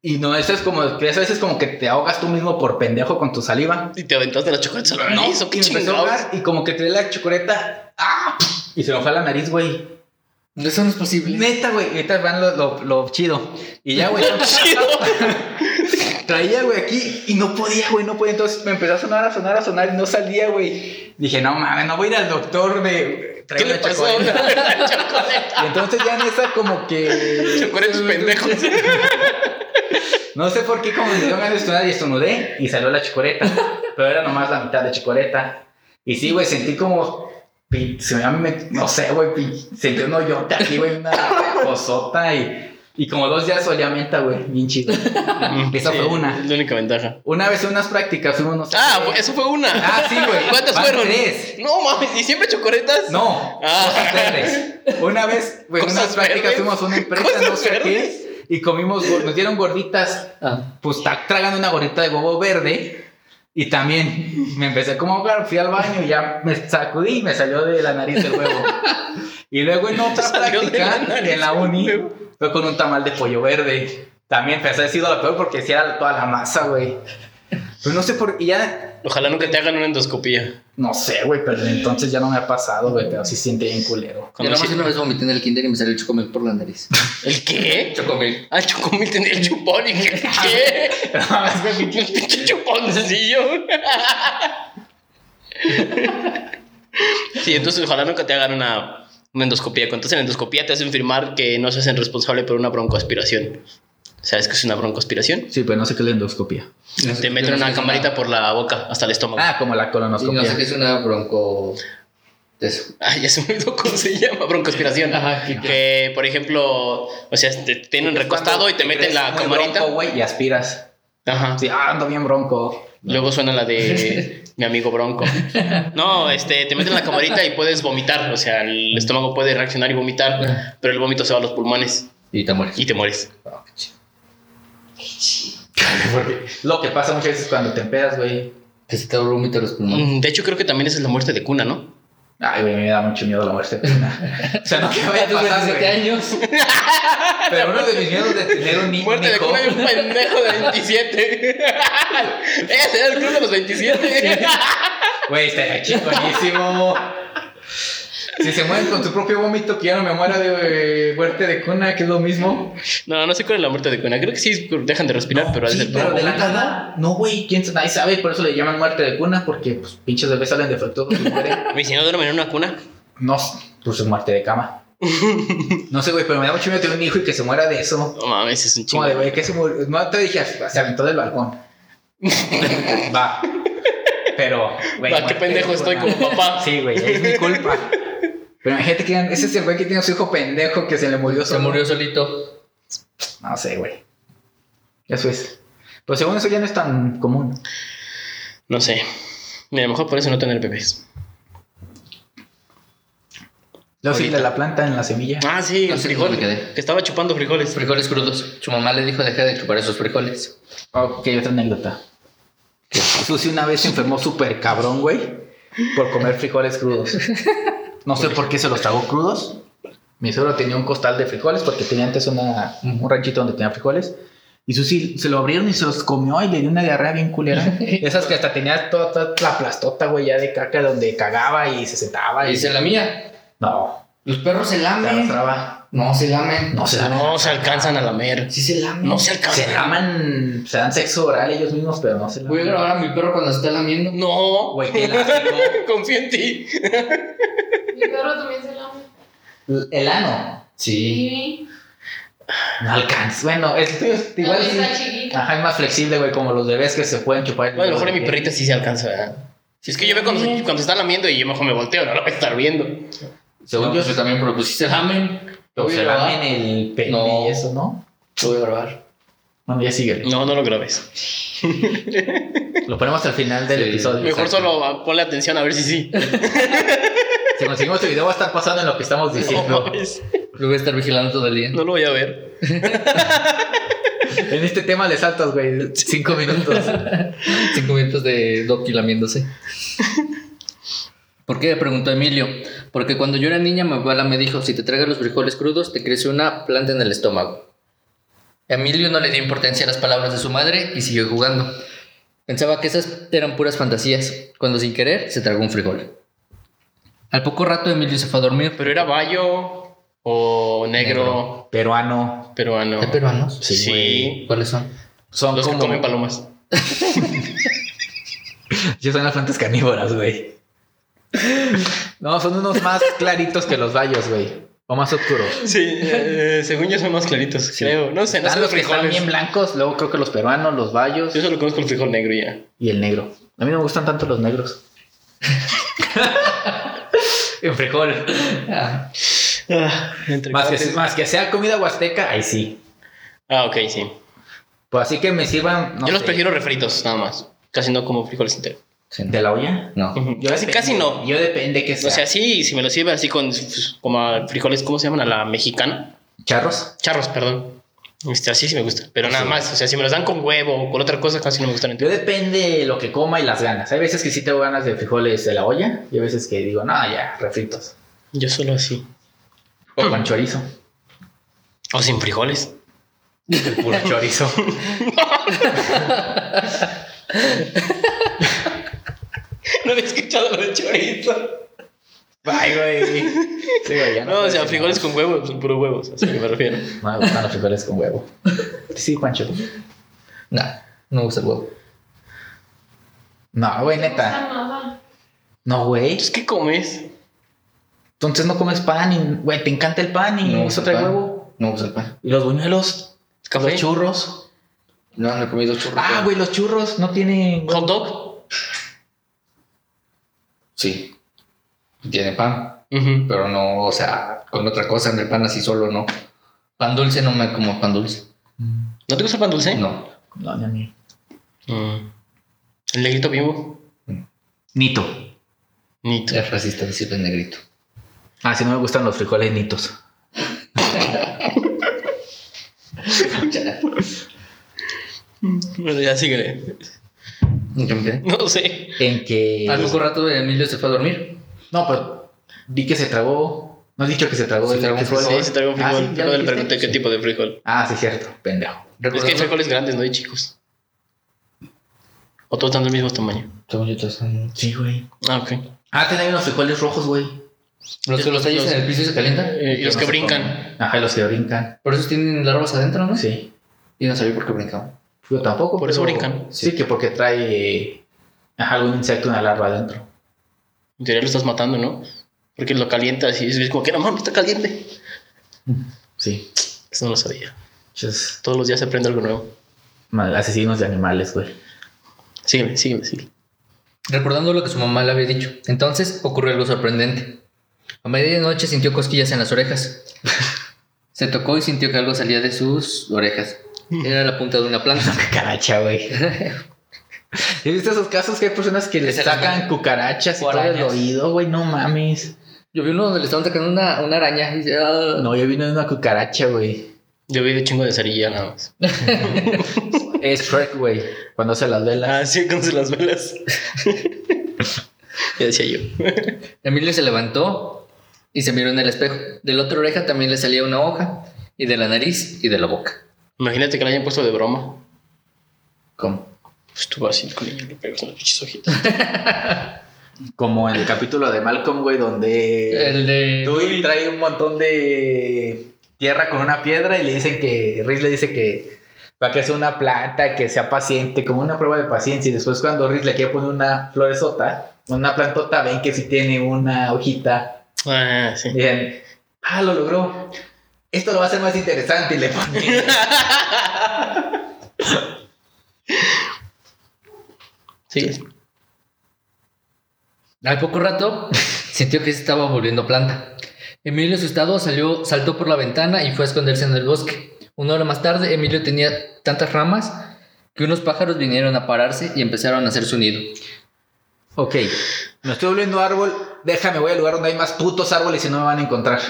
y no, eso es como que a veces como que te ahogas tú mismo por pendejo con tu saliva. Y te aventaste la chocoreta a la No, nariz, ¿o qué y me empezó a chingados? ahogar y como que te la chocoreta ¡ah! y se me fue a la nariz, güey. Eso no es posible. Neta, güey, ahorita van lo, lo- lo chido. Y ya, güey, Chido. traía, güey, aquí y no podía, güey, no podía. Entonces me empezó a sonar, a sonar, a sonar y no salía, güey. Dije, no mames, no voy a ir al doctor de. ¿Qué traer le una pasó? chocoreta". La chocoreta. Y entonces ya en esa como que... Chocoretas pendejos. No sé por qué como me dio ganas de estudiar y estornudé y salió la chocoreta. Pero era nomás la mitad de chocoreta. Y sí, güey, sentí como... pin- Se me, me- no sé, güey, pin- sentí un hoyote aquí, güey, una cosota y... Y como dos días olía a menta, güey, bien chido. Esa Sí, fue una. es La única ventaja. Una vez en unas prácticas fuimos unos... Ah, fue- eso fue una. Ah, sí, güey. ¿Cuántas Van fueron? tres. No mames, ¿y siempre chocoretas? No, Ah. cosas verdes. Una vez, güey, en Cosas unas prácticas verdes. fuimos a una empresa, Cosas no sé verdes. qué, y comimos, gor- nos dieron gorditas Ah. pues ta- tragando una gorrita de huevo verde. Y también me empecé como a ahogar, fui al baño y ya me sacudí y me salió de la nariz el huevo. Y luego en otra Salió de la práctica, nariz en la el uni, huevo. fue con un tamal de pollo verde. También pensé, ha sido la peor porque si era toda la masa, güey. Pero no sé por qué, ya, Ojalá nunca te hagan una endoscopía. no sé, güey, pero entonces ya no me ha pasado, güey, pero sí siente bien culero. Yo Cuando nomás sí- una vez vomité en el kinder y me salió el chocomil por la nariz. ¿El qué? Chocomil. Ah, chocomil tenía el chupón y qué. ¿Qué? Ah, Un pinche chuponcillo. Sí, entonces ojalá nunca te hagan una, una endoscopía. Cuando estás en endoscopía te hacen firmar que no se hacen responsable por una broncoaspiración. ¿Sabes qué es una broncoaspiración? Sí, pero no sé qué es la endoscopía. No sé- Te yo meten no sé una qué es camarita por la boca hasta el estómago. Ah, Ah, como la Sí, no colonoscopia. sé qué es una bronco. de Eso. ya se me olvidó cómo se llama, broncoaspiración. Ajá, ¿qué- qué? Que, por ejemplo, o sea, te tienen recostado y te meten la Muy camarita. bronco, güey, y aspiras. Ajá. Sí, ah, ando bien bronco. Luego suena la de mi amigo Bronco. No, este, te meten la camarita y puedes vomitar. O sea, el estómago puede reaccionar y vomitar, pero el vómito se va a los pulmones Y te mueres. y te mueres. Ah, qué chido. Porque lo que pasa muchas veces cuando te empedas, güey. Que se te abre un vómito en los pulmones. Mm, De hecho, creo que también esa es la muerte de cuna, ¿no? Ay, güey, me da mucho miedo la muerte. o sea, no que vaya a Tus pasar, 27 güey. años. Pero uno de mis miedos de tener un niño. Muerte de cuna de un pendejo de 27. Ese era el club de los 27. Güey, estaría chingonísimo. Si se mueren con tu propio vómito, que ya no me muera de eh, muerte de cuna, que es lo mismo. No, no sé cuál es la muerte de cuna. Creo que sí dejan de respirar, pero es sí, el pero problema. de la nada. No, güey, quién sabe, nadie sabe, por eso le llaman muerte de cuna, porque pues pinches bebés salen defectuosos y mueren. ¿Y si no duermen en una cuna? No, pues es muerte de cama. No sé, güey, pero me da mucho miedo tener un hijo y que se muera de eso. No mames, es un Como chingo. de, güey, que se murió. No te dije, se aventó del balcón. Va. Pero, güey. Va, muerte Ah, qué pendejo de estoy cuna. como papá. Sí, güey, es mi culpa. Pero imagínate que ese es el güey que tiene a su hijo pendejo que se le murió Se solo. murió solito. No sé, güey. Eso es. Pero según eso ya no es tan común. No sé. Mira, a lo mejor por eso no tener bebés. Luego sí, Ahorita. de la planta en la semilla. Ah, sí, el Así es frijol. como me quedé. Que estaba chupando frijoles. Frijoles crudos. Su mamá le dijo deja de chupar esos frijoles. Ok, otra anécdota. Susi una vez se enfermó súper cabrón, güey, por comer frijoles crudos. No sé por qué se los tragó crudos. Mi suegro tenía un costal de frijoles porque tenía antes una, un ranchito donde tenía frijoles. Y Susi se lo abrieron y se los comió y le dio una diarrea bien culera. Esas que hasta tenía toda, toda la plastota, güey, ya de caca donde cagaba y se sentaba. Y Dice la mía. No, Los perros se se lamen. arrastraba. No se lamen. No se lamen. No se alcanzan a lamer. Sí se lamen. No se Se alcanzan. laman, se dan sexo oral ellos mismos, pero no se laman. Voy a grabar a mi perro cuando se está lamiendo. No. Güey, qué lástima. Confío en ti. Mi perro también se lame. El ano. Sí. Sí. No alcanza. Bueno, el tuyo es igual. También está sí. chiquito. Ajá, es más flexible, güey, como los bebés que se pueden chupar. el Bueno, a lo dedo mejor de mi pie. perrita sí se alcanza. ¿verdad? Si es que yo veo cuando se, cuando se está lamiendo y yo mejor me volteo, no la voy a estar viendo. Según yo, yo también, pero pues sí se lamen. Lo O voy a se grabar. lamen el pene No. y eso, ¿no? Lo voy a grabar. Bueno, ya síguele. No, no lo grabes. Lo ponemos al final del Sí. episodio. Mejor Exacto. solo ah, ponle atención a ver si sí. Si conseguimos el video, va a estar pasando en lo que estamos No, diciendo. mames. Lo voy a estar vigilando todo el día. No lo voy a ver. En este tema le saltas, güey, cinco minutos. Cinco minutos de Doki lamiéndose. ¿Por qué? Preguntó Emilio. Porque cuando yo era niña, mi abuela me dijo: si te tragas los frijoles crudos, te crece una planta en el estómago. Emilio no le dio importancia a las palabras de su madre y siguió jugando. Pensaba que esas eran puras fantasías, cuando sin querer se tragó un frijol. Al poco rato Emilio se fue a dormir. Pero era bayo o negro, Negro. Peruano. peruano. ¿Hay peruanos? Sí. güey. ¿Cuáles son? Son Los que como. comen palomas. Ya son las plantas carnívoras, güey. No, son unos más claritos que los bayos, güey. O más oscuros. Sí, eh, según yo son más claritos, creo. No sé, no sé Están los los que están frijoles. bien blancos, luego creo que los peruanos, los bayos Yo solo conozco el frijol negro y ya. y el negro. A mí no me gustan tanto los negros. en frijol. Ah, entre Más que, cuates. más que sea comida huasteca, ahí sí. Ah, ok, sí. Pues así que me sirvan. no yo los sé, prefiero refritos, nada más. Casi no como frijoles enteros. Sí, ¿De la olla? No. Ujú. casi, depende- casi no. Yo depende que sea. O sea, sí, si me lo sirve así con pues, como a frijoles, ¿cómo se llaman? A la mexicana. ¿Charros? Charros, perdón. Este, así sí me gusta. Pero nada Sí. más, o sea, si me los dan con huevo o con otra cosa, casi no me gustan Yo enteros. depende lo que coma y las ganas. Hay veces que sí tengo ganas de frijoles de la olla y hay veces que digo, no, ya, refritos. Yo solo así. O con chorizo. O sin frijoles. El puro chorizo. no había escuchado lo de chorizo. Ay, güey. Sí, güey, ya No, o puedes sea, decir frijoles nada. con huevos, son puro huevos, así que me refiero. No me gustan los frijoles con huevo. Sí, Pancho. Nah, no me gusta el huevo. No, güey, No gusta neta. nada. No, güey. Entonces, ¿qué comes? Entonces no comes pan y, güey, te encanta el pan y No me no gusta eso el pan. trae Mm, huevo. No me gusta el pan. Y los buñuelos, ¿Café? los churros. No, no he comido churros. Ah, güey, los churros no tienen. ¿Hot dog? Sí. Tiene pan, Ujú. pero no, o sea, con otra cosa en el pan así solo, no. Pan dulce no me como pan dulce. ¿No te gusta el pan dulce? No. No, ni a mí. Mm. ¿El negrito vivo? Nito. Ni tú. Es racista decirle negrito. Ah, sí, no me gustan los frijoles nitos. Bueno, ya síguele. ¿Qué? No sé. En que. Eh, Al poco rato Emilio se fue a dormir. No, pero di que se tragó. No has dicho que se tragó. Se el tragó un frijol. frijol. Sí, se traigo un frijol. Ah, sí, ya Yo lo le dijiste. pregunté qué tipo de frijol. Ah, sí, cierto, pendejo. Es que hay Recordando- frijoles grandes, no hay chicos. O todos están del mismo tamaño. Según yo, todos son- Sí, güey. Ah, ok. Ah, tenía unos frijoles rojos, güey. Los que los tallas en el piso y se calientan. Eh, y los no que se brincan. comen. Ajá, y los que brincan. Por eso tienen larvas adentro, ¿no? Sí. Y no sabía por qué brincaban. Yo tampoco. Por eso pero- brincan. Sí, que porque trae. Ajá, algún insecto, una larva adentro. En teoría lo estás matando, ¿no? Porque lo calientas y es como que no mames, está caliente. Sí. Eso no lo sabía. Muchos Todos los días se aprende algo nuevo. mal- asesinos de animales, güey. Sígueme, sígueme, sígueme. Recordando lo que su mamá le había dicho. Entonces ocurrió algo sorprendente. A medianoche sintió cosquillas en las orejas. Se tocó y sintió que algo salía de sus orejas. Era la punta de una planta. Cucaracha, güey. ¿Has visto esos casos que hay personas que les se las sacan cucarachas y O todo el arañas. oído, güey? No mames. Yo vi uno donde le estaban sacando una, una araña. Y dice, "Ah". No, yo vine de una cucaracha, güey. Yo vi de chingo de cerilla nada más. Es Shrek, güey. Cuando hace las velas. Ah, sí, con las velas. ya decía yo. Emilio se levantó y se miró en el espejo. De la otra oreja también le salía una hoja. Y de la nariz y de la boca. Imagínate que la hayan puesto de broma. ¿Cómo? Pues tú vas así con ella y le pegas unos pinches ojitos. Como en el capítulo de Malcolm, güey, donde El de... Dewey trae un montón de tierra con una piedra y le dicen que. Riz le dice que va a crecer una planta, que sea paciente, como una prueba de paciencia. Y después, cuando Riz le quiere poner una floresota, una plantota, ven que sí tiene una hojita. Ah, sí. Y dicen, ah, lo logró. Esto lo va a hacer más interesante y le ponen. Sí. Al poco rato sintió que se estaba volviendo planta. Emilio asustado salió, saltó por la ventana y fue a esconderse en el bosque. Una hora más tarde, Emilio tenía tantas ramas que unos pájaros vinieron a pararse y empezaron a hacer su nido. Ok, me estoy volviendo árbol. Déjame, voy al lugar donde hay más putos árboles y no me van a encontrar.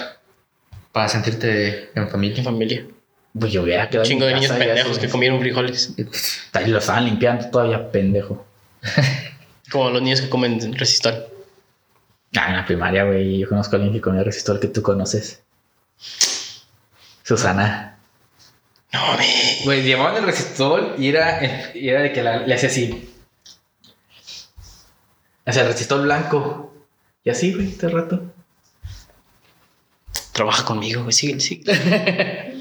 Para sentirte en En familia. familia. Pues yo hubiera Un quedado. en chingo de mi niños casa y así, pendejos que comieron frijoles. Ahí lo estaban limpiando todavía, pendejo. Como los niños que comen resistol. Ah, en la primaria, güey. Yo conozco a alguien que comía resistor que tú conoces. Susana. No, me. Güey, llevaban el resistor y era, y era de que la- le hacía así. Hacia el resistor blanco. Y así, güey, todo el rato. Trabaja conmigo, güey. Sigue, sigue.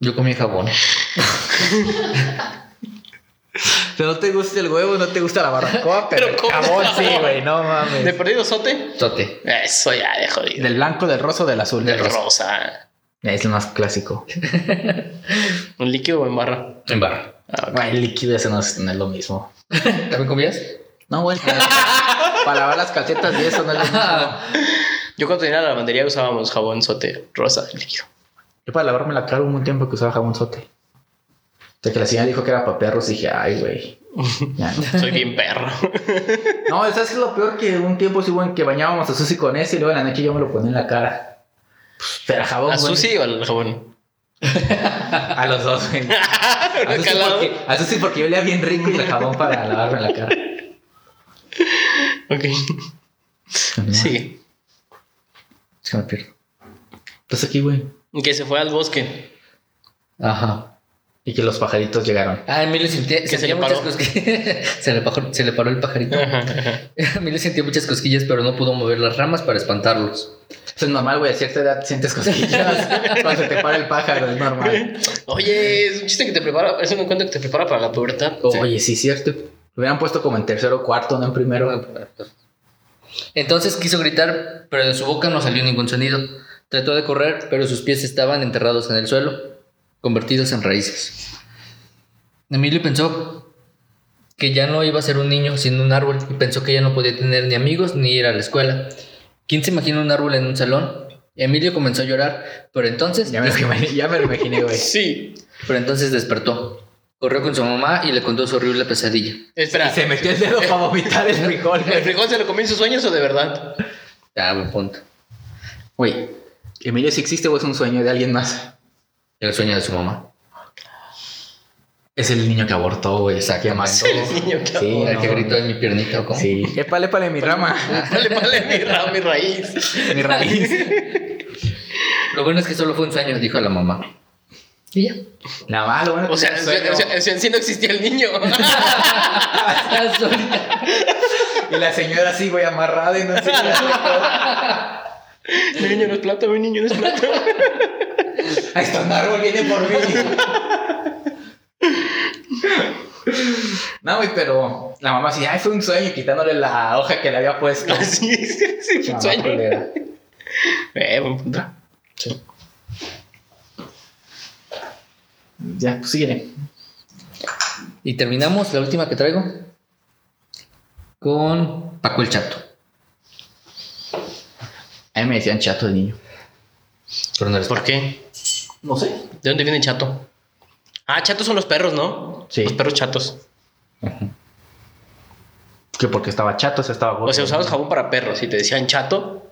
Yo comí jabón. Pero no te gusta el huevo, no te gusta la barbacoa, pero, Pero el comes jabón sí, jabón. güey, no mames. ¿De perdido sote? Tote. Eso ya de jodido. del blanco, del rosa o del azul. Del rosa. Es lo más clásico. ¿Un líquido o en barra? En barra. Ah, Güey, el líquido ese no es, no es lo mismo. ¿También comías? No, güey. Para, para lavar las calcetas y eso no es lo mismo. Ah. Yo cuando tenía la lavandería usábamos jabón sote rosa líquido. Yo para lavarme la cara hubo un tiempo que usaba jabón sote. Hasta que la señora dijo que era para perros y dije, ay, güey. Ya no. Soy bien perro. No, ¿sabes qué es lo peor? Que un tiempo sí, güey, que bañábamos a Susi con ese y luego en la noche yo me lo ponía en la cara. Pues, Pero jabón, ¿A güey. Susi o al jabón? A los dos, güey. A Susi, Calado. porque, a Susi porque yo olía bien rico y el jabón para lavarme la cara. Ok. Sigue. Se me pierdo. Estás Pues aquí, güey. Que se fue al bosque. Ajá. Y que los pajaritos llegaron. Ah, Emilio sentía, se sentía le muchas paró. Ah. cosquillas. se, le paró, se le paró el pajarito. Emilio sentía muchas cosquillas, pero no pudo mover las ramas para espantarlos. Eso es normal, güey. A cierta edad sientes cosquillas cuando se te para el pájaro. Es normal. Oye, es un chiste que te prepara, es un cuento que te prepara para la pubertad. Oye, sí, cierto. Lo hubieran puesto como en tercero o cuarto, no en primero. Entonces quiso gritar, pero de su boca no salió ningún sonido. Trató de correr, pero sus pies estaban enterrados en el suelo, convertidos en raíces. Emilio pensó que ya no iba a ser un niño sin un árbol y pensó que ya no podía tener ni amigos ni ir a la escuela. ¿Quién se imagina un árbol en un salón? Emilio comenzó a llorar, pero entonces Ya me lo imaginé, ya me lo imaginé, güey. Sí. Pero entonces despertó. Corrió con su mamá y le contó su horrible pesadilla. Espera. Y se metió el dedo para vomitar el frijol, ¿El güey. frijol se lo comió en sus sueños o de verdad? Ah, buen punto. Güey, Emilio, si existe o es un sueño de alguien más. El sueño de su mamá. Es el niño que abortó, güey. Exactamente. Exactamente. El niño que Sí, el que no, gritó en mi piernita o cómo. Sí. Épale, épale, mi rama. Dale, vale, mi, ra- mi raíz. Mi raíz. Lo bueno es que solo fue un sueño, dijo la mamá. Y ya. Nada más, lo bueno que O sea, era en sueño. o sea, o sea, en sí no existía el niño. Y la señora así, güey, amarrada y no sé qué. mi niño no es plata, mi niño no es plata. Ahí está un árbol, viene por mí. No, güey, pero la mamá así, ay, fue un sueño quitándole la hoja que le había puesto. Así sí, sí, fue un Mamá sueño. culera. Eh, buen punto. Ya, pues síguele. Y terminamos, la última que traigo, con Paco el Chato. A mí me decían chato de niño. Pero no eres ¿Por qué? No sé. ¿De dónde viene chato? Ah, chatos son los perros, ¿no? Sí. Los perros chatos. Que porque estaba chato, o sea, estaba gordo. O sea, usabas jabón para perros y te decían chato.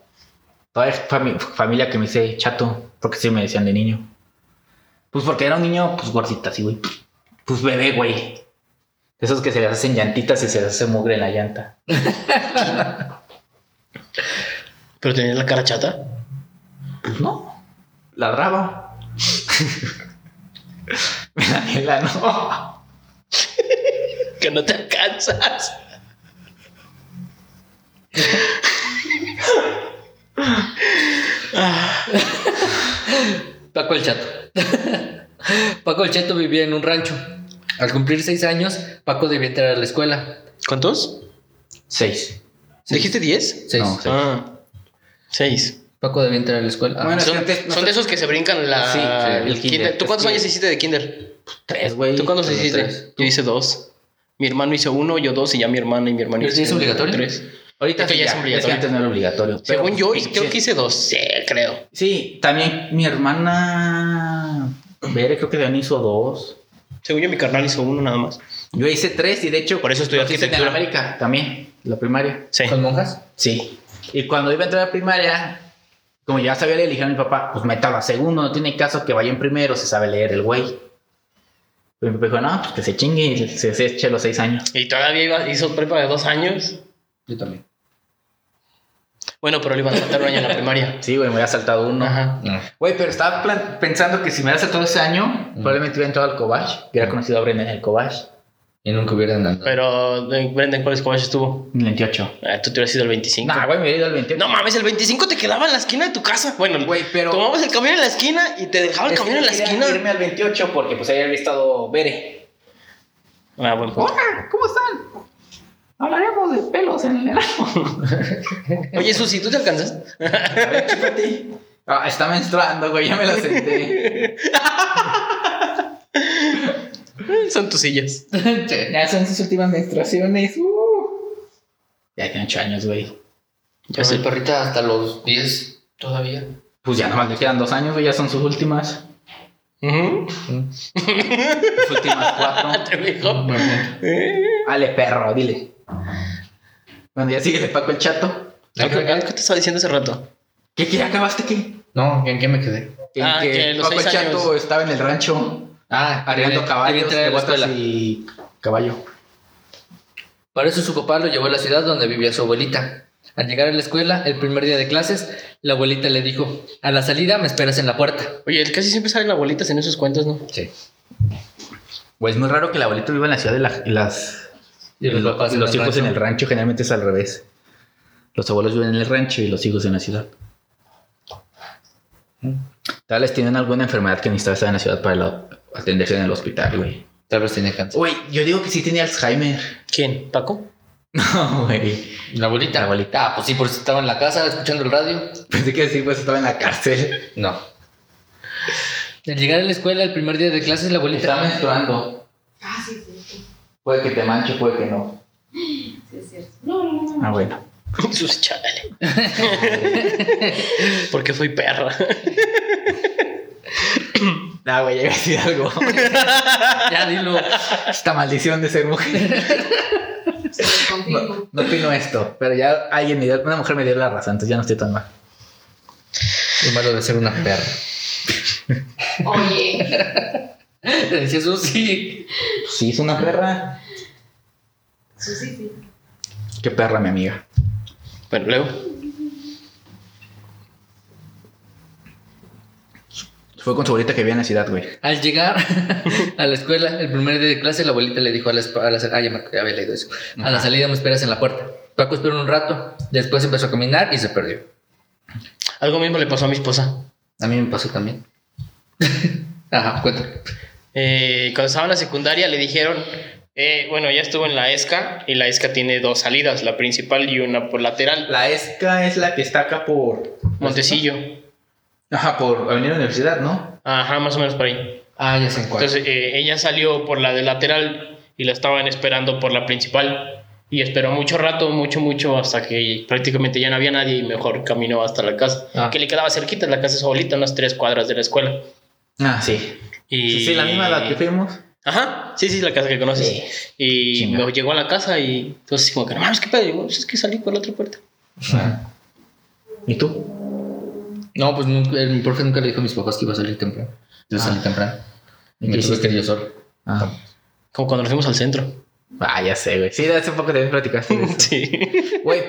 Todavía hay fami- familia que me dice chato, porque sí me decían de niño. Pues porque era un niño, pues gordita, así, güey. Pues bebé, güey. Esos que se les hacen llantitas y se les hace mugre en la llanta. Pero tenías la cara chata. Pues no. La raba. la miela, no. Que no te alcanzas. Paco el Chato. Paco el Chato vivía en un rancho. Al cumplir seis años, Paco debía entrar a la escuela. ¿Cuántos? Seis. ¿Dijiste 10? Seis. No, seis. Ah, 6. Paco debía entrar a la escuela. Ah, Bueno, Son, es que antes- son de esos que se brincan la, Sí, sí, el el kinder. kinder. ¿Tú cuántos Es que- años hiciste de kinder? Tres, güey. ¿Tú cuántos sí, hiciste? tres. Yo hice dos. Mi hermano hizo uno, yo dos y ya mi hermana y mi hermano ¿Pero sí es obligatorio? tres. Ahorita Esto sí ya es Es que obligatorio. antes no era obligatorio. pero- Según yo, creo Sí. que hice dos. Sí, creo. Sí, también mi hermana. Veré, creo que también hizo dos. Según yo, mi carnal hizo uno nada más. Yo hice tres y de hecho. Por eso estudié los hice en arquitectura. América también, la primaria. Sí. ¿Con monjas? Sí. Y cuando iba a entrar a la primaria, Como ya sabía leer, le dijeron a mi papá, pues métalo a segundo, no tiene caso que vaya en primero, se sabe leer el güey. Pues mi papá dijo, no, pues que se chingue y se, se- se eche los seis años. Y todavía iba- hizo prepa de dos años. Yo también. Bueno, pero le iban a faltar un año en la primaria. Sí, güey, me había saltado uno. Ajá. No. Güey, pero estaba plan- pensando que si me hubiera saltado ese año, Ujú. probablemente hubiera entrado al Cobach. Hubiera conocido a Brenda en el Cobach. Y nunca hubieran andado. Pero, eh, Brendan, ¿cuál es cómo estuvo? En el 28. Ah, tú te hubieras ido el 25. Nah, güey, me hubiera ido al 28. No mames, el 25 te quedaba en la esquina de tu casa. Bueno, Güey, pero- Tomamos el camión en la esquina y te dejaba el Es que camión Ah, en la quería esquina. irme al 28 porque pues ahí había estado Bere. Ah, buen punto. Hola, ¿cómo están? Hablaremos de pelos en el Oye, Susi, ¿tú te alcanzas? Ah, está menstruando, güey, ya me la senté. Mm, Son tus sillas. Che, ya son sus últimas menstruaciones. uh. Ya tiene 8 años, güey. Ya pues sé. el perrito hasta los 10 todavía. Pues ya nomás le quedan 2 años, güey, ya son sus últimas. Ujú. Ah, Sus últimas 4. Te dijo. Dale, perro, dile. Bueno, ya sigue, le paco el chato. Algo algo que te estaba diciendo hace rato. ¿Qué, qué? ¿Acabaste qué? No, ¿en qué me quedé? En Ah, que los Paco el seis chato años. estaba en el rancho Ah, arreando debí- caballos, debí traer a de la botas escuela. y caballo. Para eso su papá lo llevó a la ciudad donde vivía su abuelita. Al llegar a la escuela, el primer día de clases, la abuelita le dijo, a la salida me esperas en la puerta. Oye, él casi siempre salen abuelitas en esos cuentos, ¿no? Sí. Güey, es muy raro que la abuelita viva en la ciudad de la- y las Y los lo- papás en los el hijos rancho. en el rancho generalmente es al revés. Los abuelos viven en el rancho y los hijos en la ciudad. Tal vez tienen alguna enfermedad que necesitaba estar en la ciudad para la- atenderse en el hospital, güey. Tal vez tenía cáncer. Güey, yo digo que sí tenía Alzheimer. ¿Quién? ¿Paco? No, güey. ¿La abuelita? La abuelita. Ah, pues sí, por si estaba en la casa escuchando el radio. Pensé que sí, pues estaba en la cárcel. No. Al llegar a la escuela, el primer día de clases, la abuelita... menstruando. Ah, sí, sí, sí. Puede que te manche, puede que no. Sí, es cierto. No, no, no. Ah, bueno. Susi, chale. Porque fui perra. Ah, güey, ya iba a decir algo. Ya, dilo. Esta maldición de ser mujer. Se lo confirmo. No, no opino esto, pero ya alguien me dio, una mujer me dio la razón, entonces ya no estoy tan mal. Lo malo de ser una perra. Oye, Le decía Susi. Sí, es una perra. Susi, sí. Qué perra, mi amiga. Bueno, luego. Fue con su abuelita que vivía en la ciudad, güey. Al llegar a la escuela, el primer día de clase, la abuelita le dijo a la, esp- a la sal- ah, ya me- ya había leído eso. A la salida me esperas en la puerta. Paco esperó un rato, después empezó a caminar y se perdió. Algo mismo le pasó a mi esposa. A mí me pasó también. Ajá, cuéntame. Eh, cuando estaba en la secundaria le dijeron, eh, bueno, ya estuvo en la ESCA y la E ESCA tiene dos salidas, la principal y una por lateral. La ESCA es la que está acá por. Montecillo. Ajá, por Avenida Universidad, ¿no? Ajá, más o menos por ahí. Ah, ya sé en cuál. Entonces eh, ella salió por la de lateral y la estaban esperando por la principal. Y esperó mucho rato, mucho, mucho, hasta que prácticamente ya no había nadie y mejor caminó hasta la casa. Ah. Que le quedaba cerquita, la casa es solita, unas tres cuadras de la escuela. Ah, sí. Y... Sí, la misma la que fuimos. Ajá, sí, sí, la casa que conoces. Sí. Y Chinga. me llegó a la casa y entonces como que no mames, qué pedo, Y yo, "Pues es que salí por la otra puerta. ¿Y tú? No, pues nunca, el- mi profe nunca le dijo a mis papás que iba a salir temprano. Yo salí temprano. Y ¿Y me qué tuve que hiciste? ir yo solo. Ah. Como cuando nos fuimos al centro. Ah, ya sé, güey. Sí, hace poco también platicaste de eso. Sí. Güey,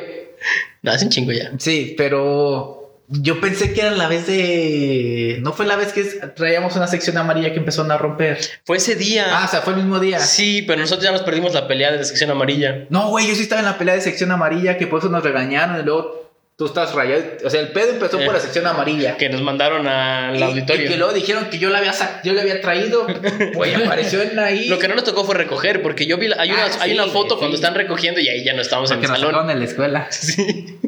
No, es un chingo ya. Sí, pero yo pensé que era la vez de. No fue la vez que traíamos una sección amarilla que empezaron a romper. Fue ese día. Ah, o sea, fue el mismo día. sí, pero nosotros ya nos perdimos la pelea de la sección amarilla. No, güey, yo sí estaba en la pelea de sección amarilla que por eso nos regañaron y luego tú estás rayado. O sea, el pedo empezó Eh, por la sección amarilla. Que nos mandaron al Y- auditorio. Y que luego dijeron que yo la había, sac- yo la había traído. Güey, apareció en ahí. Lo que no nos tocó fue recoger, porque yo vi, la- hay, una, Ah, hay sí, una foto sí. cuando están recogiendo y ahí ya no estábamos en Porque el nos salón. sacaron de la escuela. Sí.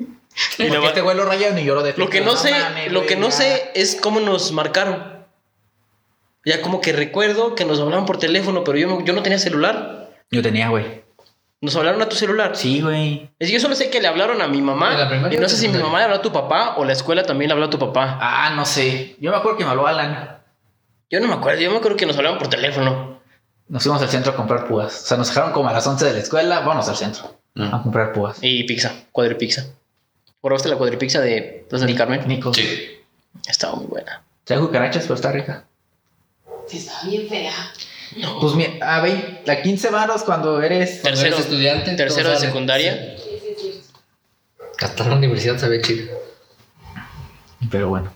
Y Porque luego- este güey lo rayaron y yo lo defiendo. lo que no sé, mames, lo güey, que no ya. sé es cómo nos marcaron. Ya como que recuerdo que nos hablaban por teléfono, pero yo, no- yo no tenía celular. Yo tenía, güey. Nos hablaron a tu celular. Sí, güey. Es que yo solo sé que le hablaron a mi ¿En la mamá. primaria Y o no en sé la si mi secundaria? mamá le habló a tu papá o la escuela también le habló a tu papá. Ah, no sé. Yo me acuerdo que me habló Alan. Yo no me acuerdo, yo me acuerdo que nos hablaban por teléfono. Nos fuimos al centro a comprar púas. O sea, nos Mm. dejaron como a las 11 de la escuela. Vamos al centro a comprar púas. Y pizza, cuadripizza. ¿Probaste la cuadripizza de Plaza del Carmen? Nico. Sí. Estaba muy buena. Trae cucarachas, pero está rica. Sí, está bien fea. Pues mi- a, 20, a 15 varos cuando eres. Cuando Tercero- eres estudiante. tercero todo de sale. secundaria. Sí, sí, es cierto. Sí. Hasta la universidad sabía chido. Pero bueno.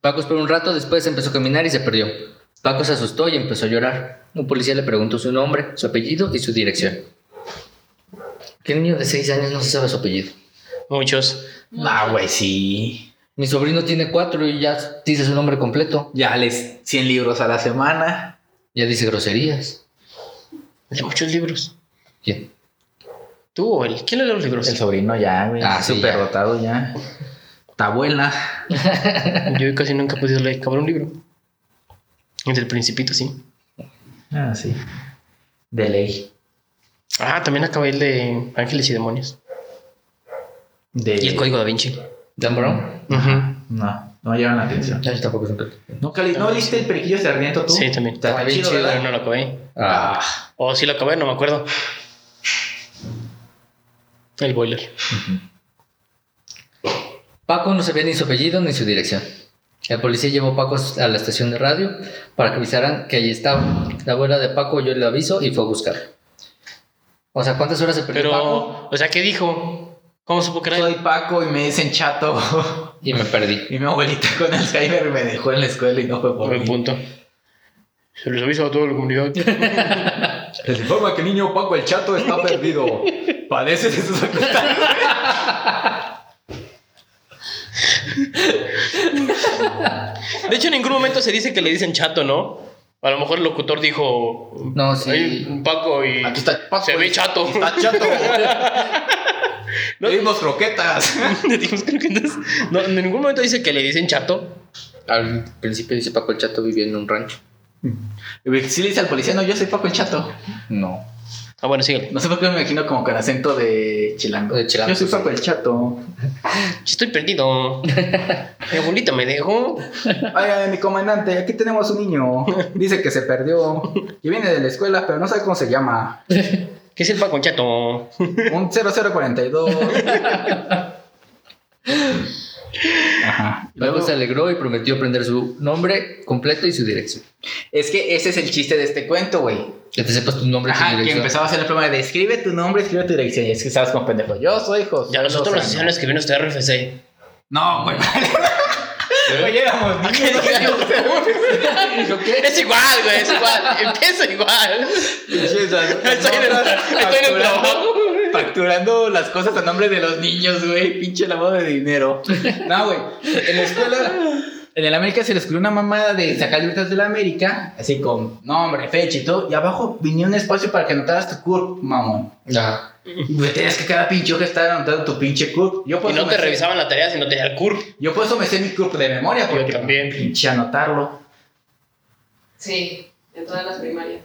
Paco esperó un rato, después empezó a caminar y se perdió. Paco se asustó y empezó a llorar. Un policía le preguntó su nombre, su apellido y su dirección. ¿Qué niño de 6 años no se sabe su apellido? Muchos. Ah, güey, sí. Mi sobrino tiene 4 y ya dice su nombre completo. Ya les 100 libros a la semana. Ya dice groserías. De muchos libros. ¿Quién? ¿Tú o él? ¿Quién le lee los libros? El sobrino ya, güey. Ah, sí, Súper ya. dotado ya. Ta abuela. Yo casi nunca he podido leer acabar un libro. El del Principito, sí. Ah, sí. De ley. Ah, también acabé el de Ángeles y Demonios. De... Y el Código da Vinci. ¿Dan Brown? Ujú. No, no me llaman la atención. Ya, tampoco es un plato. ¿Nunca li- ¿No leíste el periquillo sarmiento tú? Sí, también. Está Está bien bien chido, chido, ¿verdad? Pero no lo acabé. Ah. O sí lo acabé, no me acuerdo. El boiler. Paco no sabía ni su apellido ni su dirección. El policía llevó a Paco a la estación de radio para que avisaran que allí estaba. La abuela de Paco yo le aviso y fue a buscar. O sea, ¿cuántas horas se perdió Paco? Pero, o sea, ¿qué dijo? ¿Cómo supo que era Soy él? Paco y me dicen chato. Y me perdí. y mi abuelita con Alzheimer me dejó en la escuela y no fue por Buen mí. punto. Se les avisa a toda la comunidad. Les informa que niño Paco el chato está perdido. Padece de sus facultades. De hecho, en ningún momento se dice que le dicen chato, ¿no? A lo mejor el locutor dijo. No, sí. "Ay, un Paco y. Aquí está Paco. Se ve chato. Está chato. No. Le dimos croquetas. Le dijimos, creo que no es- no, en ningún momento dice que le dicen chato. Al principio dice Paco el Chato vivía en un rancho. Sí le dice al policía, no, yo soy Paco el chato. No. Ah, bueno, síguele. No sé por qué me imagino como con acento de chilango. De chilango, Yo soy sí. Paco el chato. Estoy perdido. Mi abuelita me dejó. Oiga, mi comandante, aquí tenemos un niño. Dice que se perdió. Que viene de la escuela, pero no sabe cómo se llama. ¿Qué es el Paco chato? Un 0042. Ajá. Paco Luego- se alegró y prometió aprender su nombre completo y su dirección. es que ese es el chiste de este cuento, güey. Que te sepas tu nombre y tu Ajá, que dirección. empezaba a hacer el problema de escribe tu nombre, escribe tu dirección. Y es que estabas con pendejo. Yo soy José. Ya nosotros nos hicieron Lozano. escribir nuestro RFC. No, güey. Oye, éramos niños. no teníamos Es igual, güey, es igual. Empieza igual. Pues Estoy en el, estoy en el trabajo. facturando las cosas a nombre de los niños, güey. Pinche lavado de dinero. No, güey. En la escuela, en el América se les ocurrió una mamada de sacar libretas del América, así con nombre, fecha y todo. Y abajo venía un espacio para que anotaras tu CURP, mamón. Ajá. Y güey, tenías que cada pinche hoja estar anotando tu pinche CURP. Yo por Y no eso te me sé- revisaban la tarea, sino te da el CURP. Yo por eso me sé mi CURP de memoria, Yo porque también. pinche anotarlo. Sí, en todas las primarias.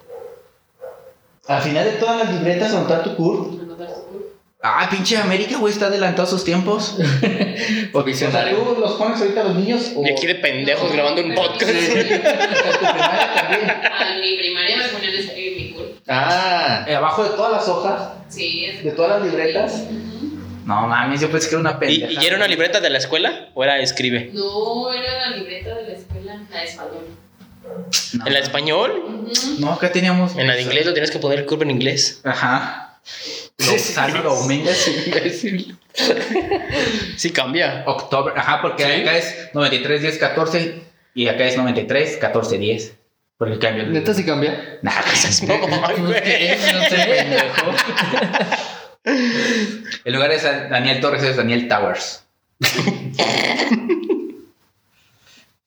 Al final de todas las libretas anotar tu CURP. Anotar tu curso. Ah, pinche América, güey, está adelantado a sus tiempos. o Visionario. tú los pones ahorita a los niños o Y aquí de pendejos No, grabando un pero- podcast. a tu primaria también. Ah, en mi primaria me ponían a escribir mi curso. Ah. Eh, abajo de todas las hojas, Sí, es de todas las libretas. Ujú. No mames, yo pensé que era una ¿Y, pendeja. y era una libreta de la escuela o era escribe? No, era la libreta de la escuela, la de español. No. ¿En la de español? Ujú. No, acá teníamos. En la de inglés lo tienes que poner el curva en inglés. Ajá. Los Sábado, Domínguez, Sí, cambia. Octubre. Ajá, porque ¿Sí? acá es 93, 10, 14. Y acá es 93, 14, 10. Porque cambia el. ¿Neta se cambia? Nah, pues, Esas mamás, No güey. sé. El lugar es Daniel Torres, es Daniel Towers.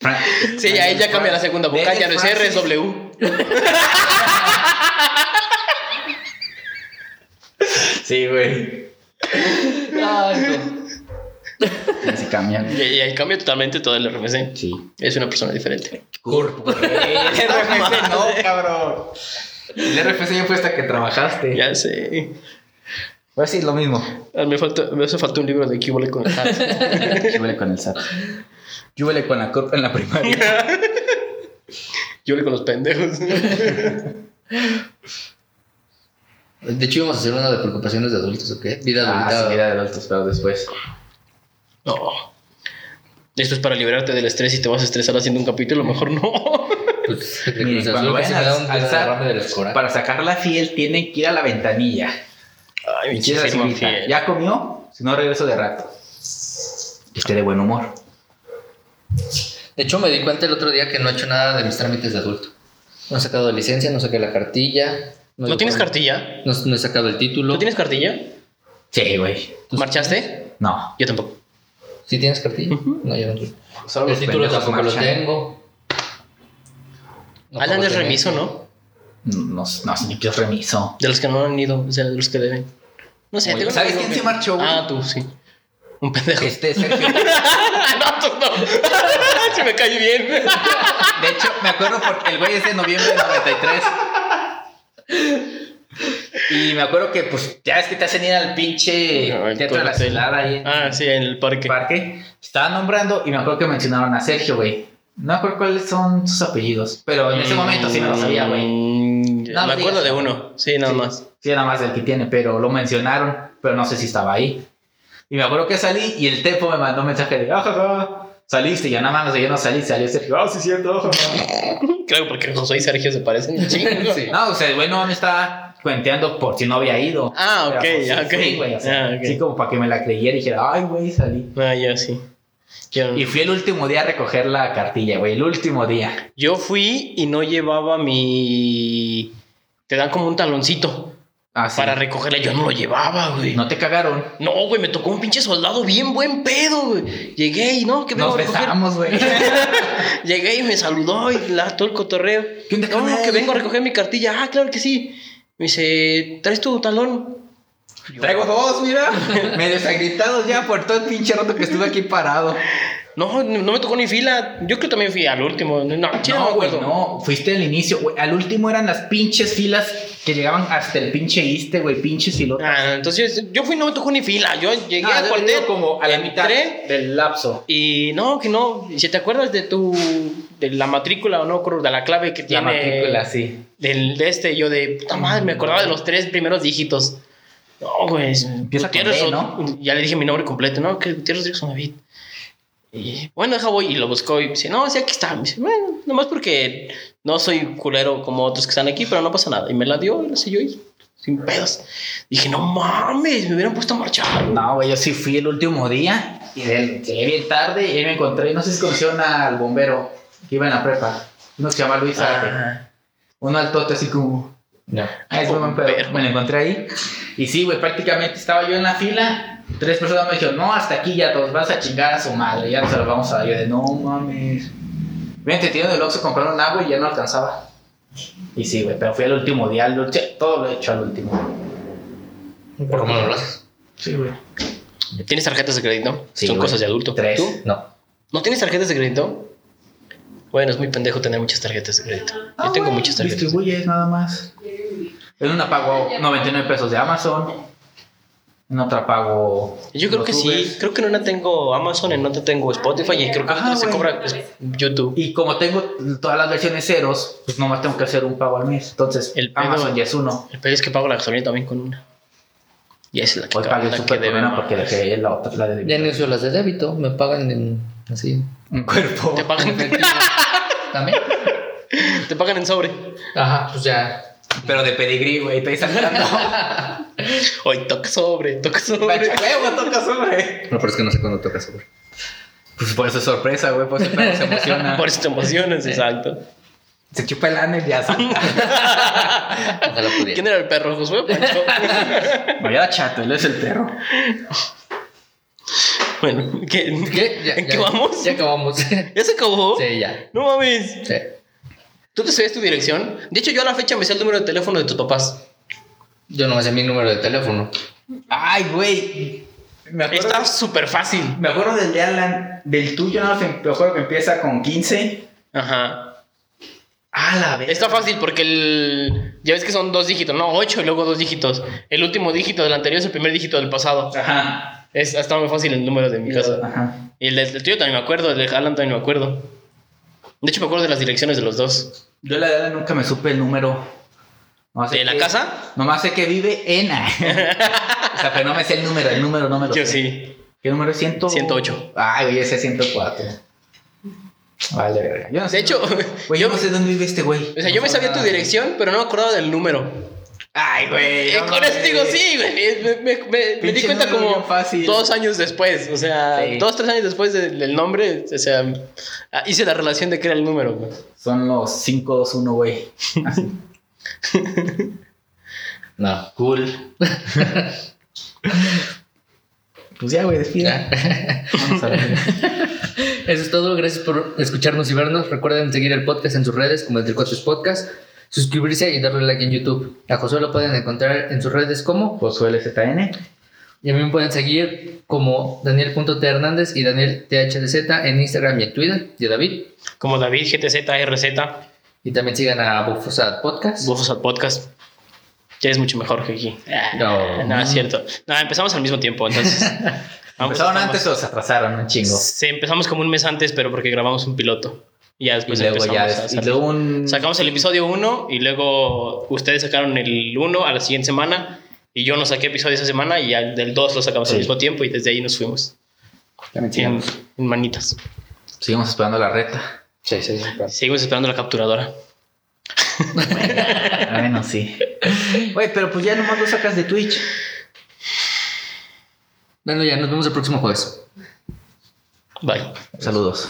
Frank- Sí, ahí ya cambia la segunda vocal, ya no es R, es W. Sí, güey. Ay, no. Ya se cambian. Y, y ahí cambia totalmente todo el RFC. Sí. Es una persona diferente. Curp, güey. El RFC no, cabrón. El RFC ya fue hasta que trabajaste. Ya sé. Voy a decir Pues lo mismo. Ah, Me, falta, me hace falta un libro de qué huele con el SAT. Llévele con el SAT. Llévele con la Curp en la primaria. Qué huele con los pendejos. De hecho, íbamos a hacer una de preocupaciones de adultos, ¿ok? Vida Ah, sí, adulta. vida de adultos, pero después. No. Esto es para liberarte del estrés y te vas a estresar haciendo un capítulo, mejor no. Pues, de Miren, Cruz Azul, cuando casi vayan me da un al- al SAT, derrame del corazón. Para sacar la fiel tienen que ir a la ventanilla. Ay, Y quiere la firma civita. fiel. ¿Ya comió? Si no, regreso de rato. Que esté de buen humor. De hecho, me di cuenta el otro día que no he hecho nada de mis trámites de adulto. No he sacado licencia, no saqué la cartilla. ¿No tienes cartilla? No, no he sacado el título. ¿No tienes cartilla? Sí, güey. Pues- ¿Marchaste? No. Yo tampoco. ¿Sí tienes cartilla? Ujú. No, yo no. Solo el los título pendejos tampoco lo marchan. tengo. No Alan puedo es tener. remiso, ¿no? No, no, ni que es remiso. De los que no han ido, o sea, de los que deben. No sé, Oye, tengo un ¿sabes amigo quién que- se marchó, güey? Ah, tú, sí. Un pendejo. Ah, Este Sergio. no, tú no. Se me cae bien. De hecho, me acuerdo porque el güey es de noviembre del 93. Y me acuerdo que, pues, ya es que te hacen ir al pinche Ah, el teatro de la cóctel. ciudad ahí en Ah, sí, en el parque. el parque. Estaban nombrando y me acuerdo que mencionaron a Sergio, güey. No me acuerdo cuáles son sus apellidos, pero en ese momento sí me lo sabía, güey. Mm, No me lo acuerdo digas. de uno, sí, nada Sí. más. Sí, nada más el que tiene, pero lo mencionaron, pero no sé si estaba ahí. Y me acuerdo que salí y el Tepo me mandó un mensaje de, ajaja, saliste, y yo nada más, yo no salí, salió Sergio, ah, sí, cierto, ajaja". Claro, porque José y Sergio se parecen un chingo. Sí. No, o sea, el güey no me estaba cuenteando por si no había ido. Ah, ok, Pero, pues, ok. sí, güey, o sea, Ah, ok. sí, como para que me la creyera y dijera, ay, güey, salí. Ah, ya, sí. Yo, Y fui el último día a recoger la cartilla, güey, el último día. yo fui y no llevaba mi... Te dan como un taloncito Ah, sí. para recogerla. Yo no lo llevaba, güey. No te cagaron. No, güey, me tocó un pinche soldado bien buen pedo, güey. Llegué y no, que vengo Nos a recoger. besamos, güey. Llegué y me saludó y la, todo el cotorreo. ¿Qué onda, No, carnal? que vengo a recoger mi cartilla. Ah, claro que sí. Me dice, ¿traes tu talón? Yo, Traigo dos, mira. Me desagritados ya por todo el pinche rato que estuve aquí parado. No, no no me tocó ni fila. Yo creo que también fui al último. No, chile, no, me no, güey, acuerdo. no. Fuiste al inicio, güey. Al último eran las pinches filas que llegaban hasta el pinche iste, güey. Pinches filotas. Ah, entonces yo fui, no me tocó ni fila. Yo llegué No, al yo cuartel digo Ah, como a la entré, mitad del lapso. Y no, que no. Si te acuerdas de tu. de la matrícula o no, creo, de la clave que La tiene. matrícula, sí. Del, de este, yo de. Puta madre, me acordaba de los tres primeros dígitos. No, güey. Empieza con Gutiérrez D, Ro- Ya le dije mi nombre completo, ¿no? Que Gutiérrez Rodríguez David. Y bueno, deja voy y lo buscó y dice, no, sí, aquí está. Me dice, bueno, nomás porque no soy culero como otros que están aquí, pero no pasa nada. Y me la dio, y no sé yo, y sin pedos. Dije, no mames, me hubieran puesto a marchar. güey". No, güey, yo sí fui el último día y del- llegué bien tarde y ahí me encontré, no sé si conocieron al bombero que iba en la prepa, uno que se llama Luis Zárate, Ah, uno altote así como, No. ah, es buen Bombero. pedo, me lo encontré ahí y sí, güey, prácticamente estaba yo en la fila, tres personas me dijeron, no, hasta aquí ya todos vas a chingar a su madre, ya no se lo vamos a dar, yo de, no mames, bien, te tiraron el Oxxo, compraron agua y ya no alcanzaba. Y sí, güey, pero fui al último día, al ulti- todo lo he hecho al último. ¿Por cómo no lo haces? Sí, güey. ¿Tienes tarjetas de crédito? Ah. Sí, Son güey. cosas de adulto. Tres. ¿Tú? No. ¿No tienes tarjetas de crédito? Bueno, es muy pendejo tener muchas tarjetas de crédito. Ah, Yo tengo muchas tarjetas. Distribuyes nada más. En una pago 99 pesos de Amazon. En otra pago. Yo creo los que Ubers. sí. Creo que en una tengo Amazon, en otra tengo Spotify y creo que en Ajá, otra se güey. cobra pues, YouTube. Y como tengo todas las versiones ceros, pues nomás tengo que hacer un pago al mes. Entonces, El pedo- Amazon ya es uno. El pedo es que pago la gasolina también con una. Y esa es la que, Pues Hoy ca- pagué la súper que debe, problema mamá. porque dejé la otra, la de Ya no uso las de débito, me pagan en así. Un cuerpo. Te pagan, ¿También? te pagan en sobre. Ajá, pues ya. Pero de pedigrí, güey. Estoy saltando. Hoy toca sobre, toca sobre. Huevo, toca sobre. No, pero es que no sé cuándo toca sobre. Pues por eso es sorpresa, güey. Por eso el perro se emociona. Por eso te emocionas, exacto. Se chupa el ano y ya salta. Ojalá pudiera. ¿Quién era el perro, Josué? Pues o Pancho? No, ya era chato, él es el perro. bueno, ¿qué, ¿Qué? Ya, ¿en ya, qué vamos? Ya acabamos. sí, ¿Ya se acabó? ya. No mames. Sí. ¿Tú te sabías tu dirección? De hecho, yo a la fecha me sé el número de teléfono de tus papás. Yo no me sé mi número de teléfono. Ay, güey. Me acuerdo- Está súper fácil. Me acuerdo del de Alan, del tuyo, no, se- me acuerdo que empieza con 15. Ajá. A la vez. Está fácil porque el. Ya ves que son dos dígitos, no, ocho y luego dos dígitos. El último dígito del anterior es el primer dígito del pasado. Ajá. Es, está muy fácil el número de mi casa. Ajá. Y el del del tuyo también me acuerdo, el de Alan también me acuerdo. De hecho, me acuerdo de las direcciones de los dos. Yo la de Alan nunca me supe el número. No sé ¿De la qué- casa? Nomás sé que vive en. o sea, pero no me sé el número, el número no me lo Yo sé. sí. ¿Qué número es? 100? 108. Ay, güey, ese es 104. Vale, verga. Yo no sé. De hecho, Güey, yo yo, no sé dónde vive este güey. o sea, yo me sabía tu dirección, pero no me acordaba del número. Ay, güey. Eh, con hombre. eso digo sí, güey. Me, me- me- me di Pinche cuenta número como bien fácil. dos años después. O sea, Sí. dos, tres años después de- del nombre. O sea, ah, hice la relación de que era el número, güey. Son los 521, güey. No. Cool. Pues ya, güey, despida. Vamos a ver. Eso es todo. Gracias por escucharnos y vernos. Recuerden seguir el podcast en sus redes como Entre Cuates Podcast, suscribirse y darle like en YouTube. A Josué lo pueden encontrar en sus redes como Josué ZN. y a mí me pueden seguir como Daniel.thernández y Daniel THDZ en Instagram y en Twitter y a David. Como David GTZRZ, Y también sigan a Bufosad Podcast. Bufos al podcast. Ya es mucho mejor que aquí. Ah, No. no, es cierto. No, empezamos al mismo tiempo, entonces. vamos, ¿Empezaron estamos- antes o se atrasaron un chingo? Sí, empezamos como un mes antes, pero porque grabamos un piloto. Y ya después y luego Pues empezamos ya. a Y sacar- luego un. Sacamos el episodio 1 y luego ustedes sacaron el 1 a la siguiente semana y yo no saqué episodio esa semana y al del 2 lo sacamos al Sí. mismo tiempo y desde ahí nos fuimos. También En, sigamos. en manitas. Seguimos esperando la reta. Sí, sí, sí. Seguimos esperando la capturadora. Bueno, sí. Güey, pero pues ya nomás lo sacas de Twitch. Bueno, ya nos vemos el próximo jueves. Bye. Saludos.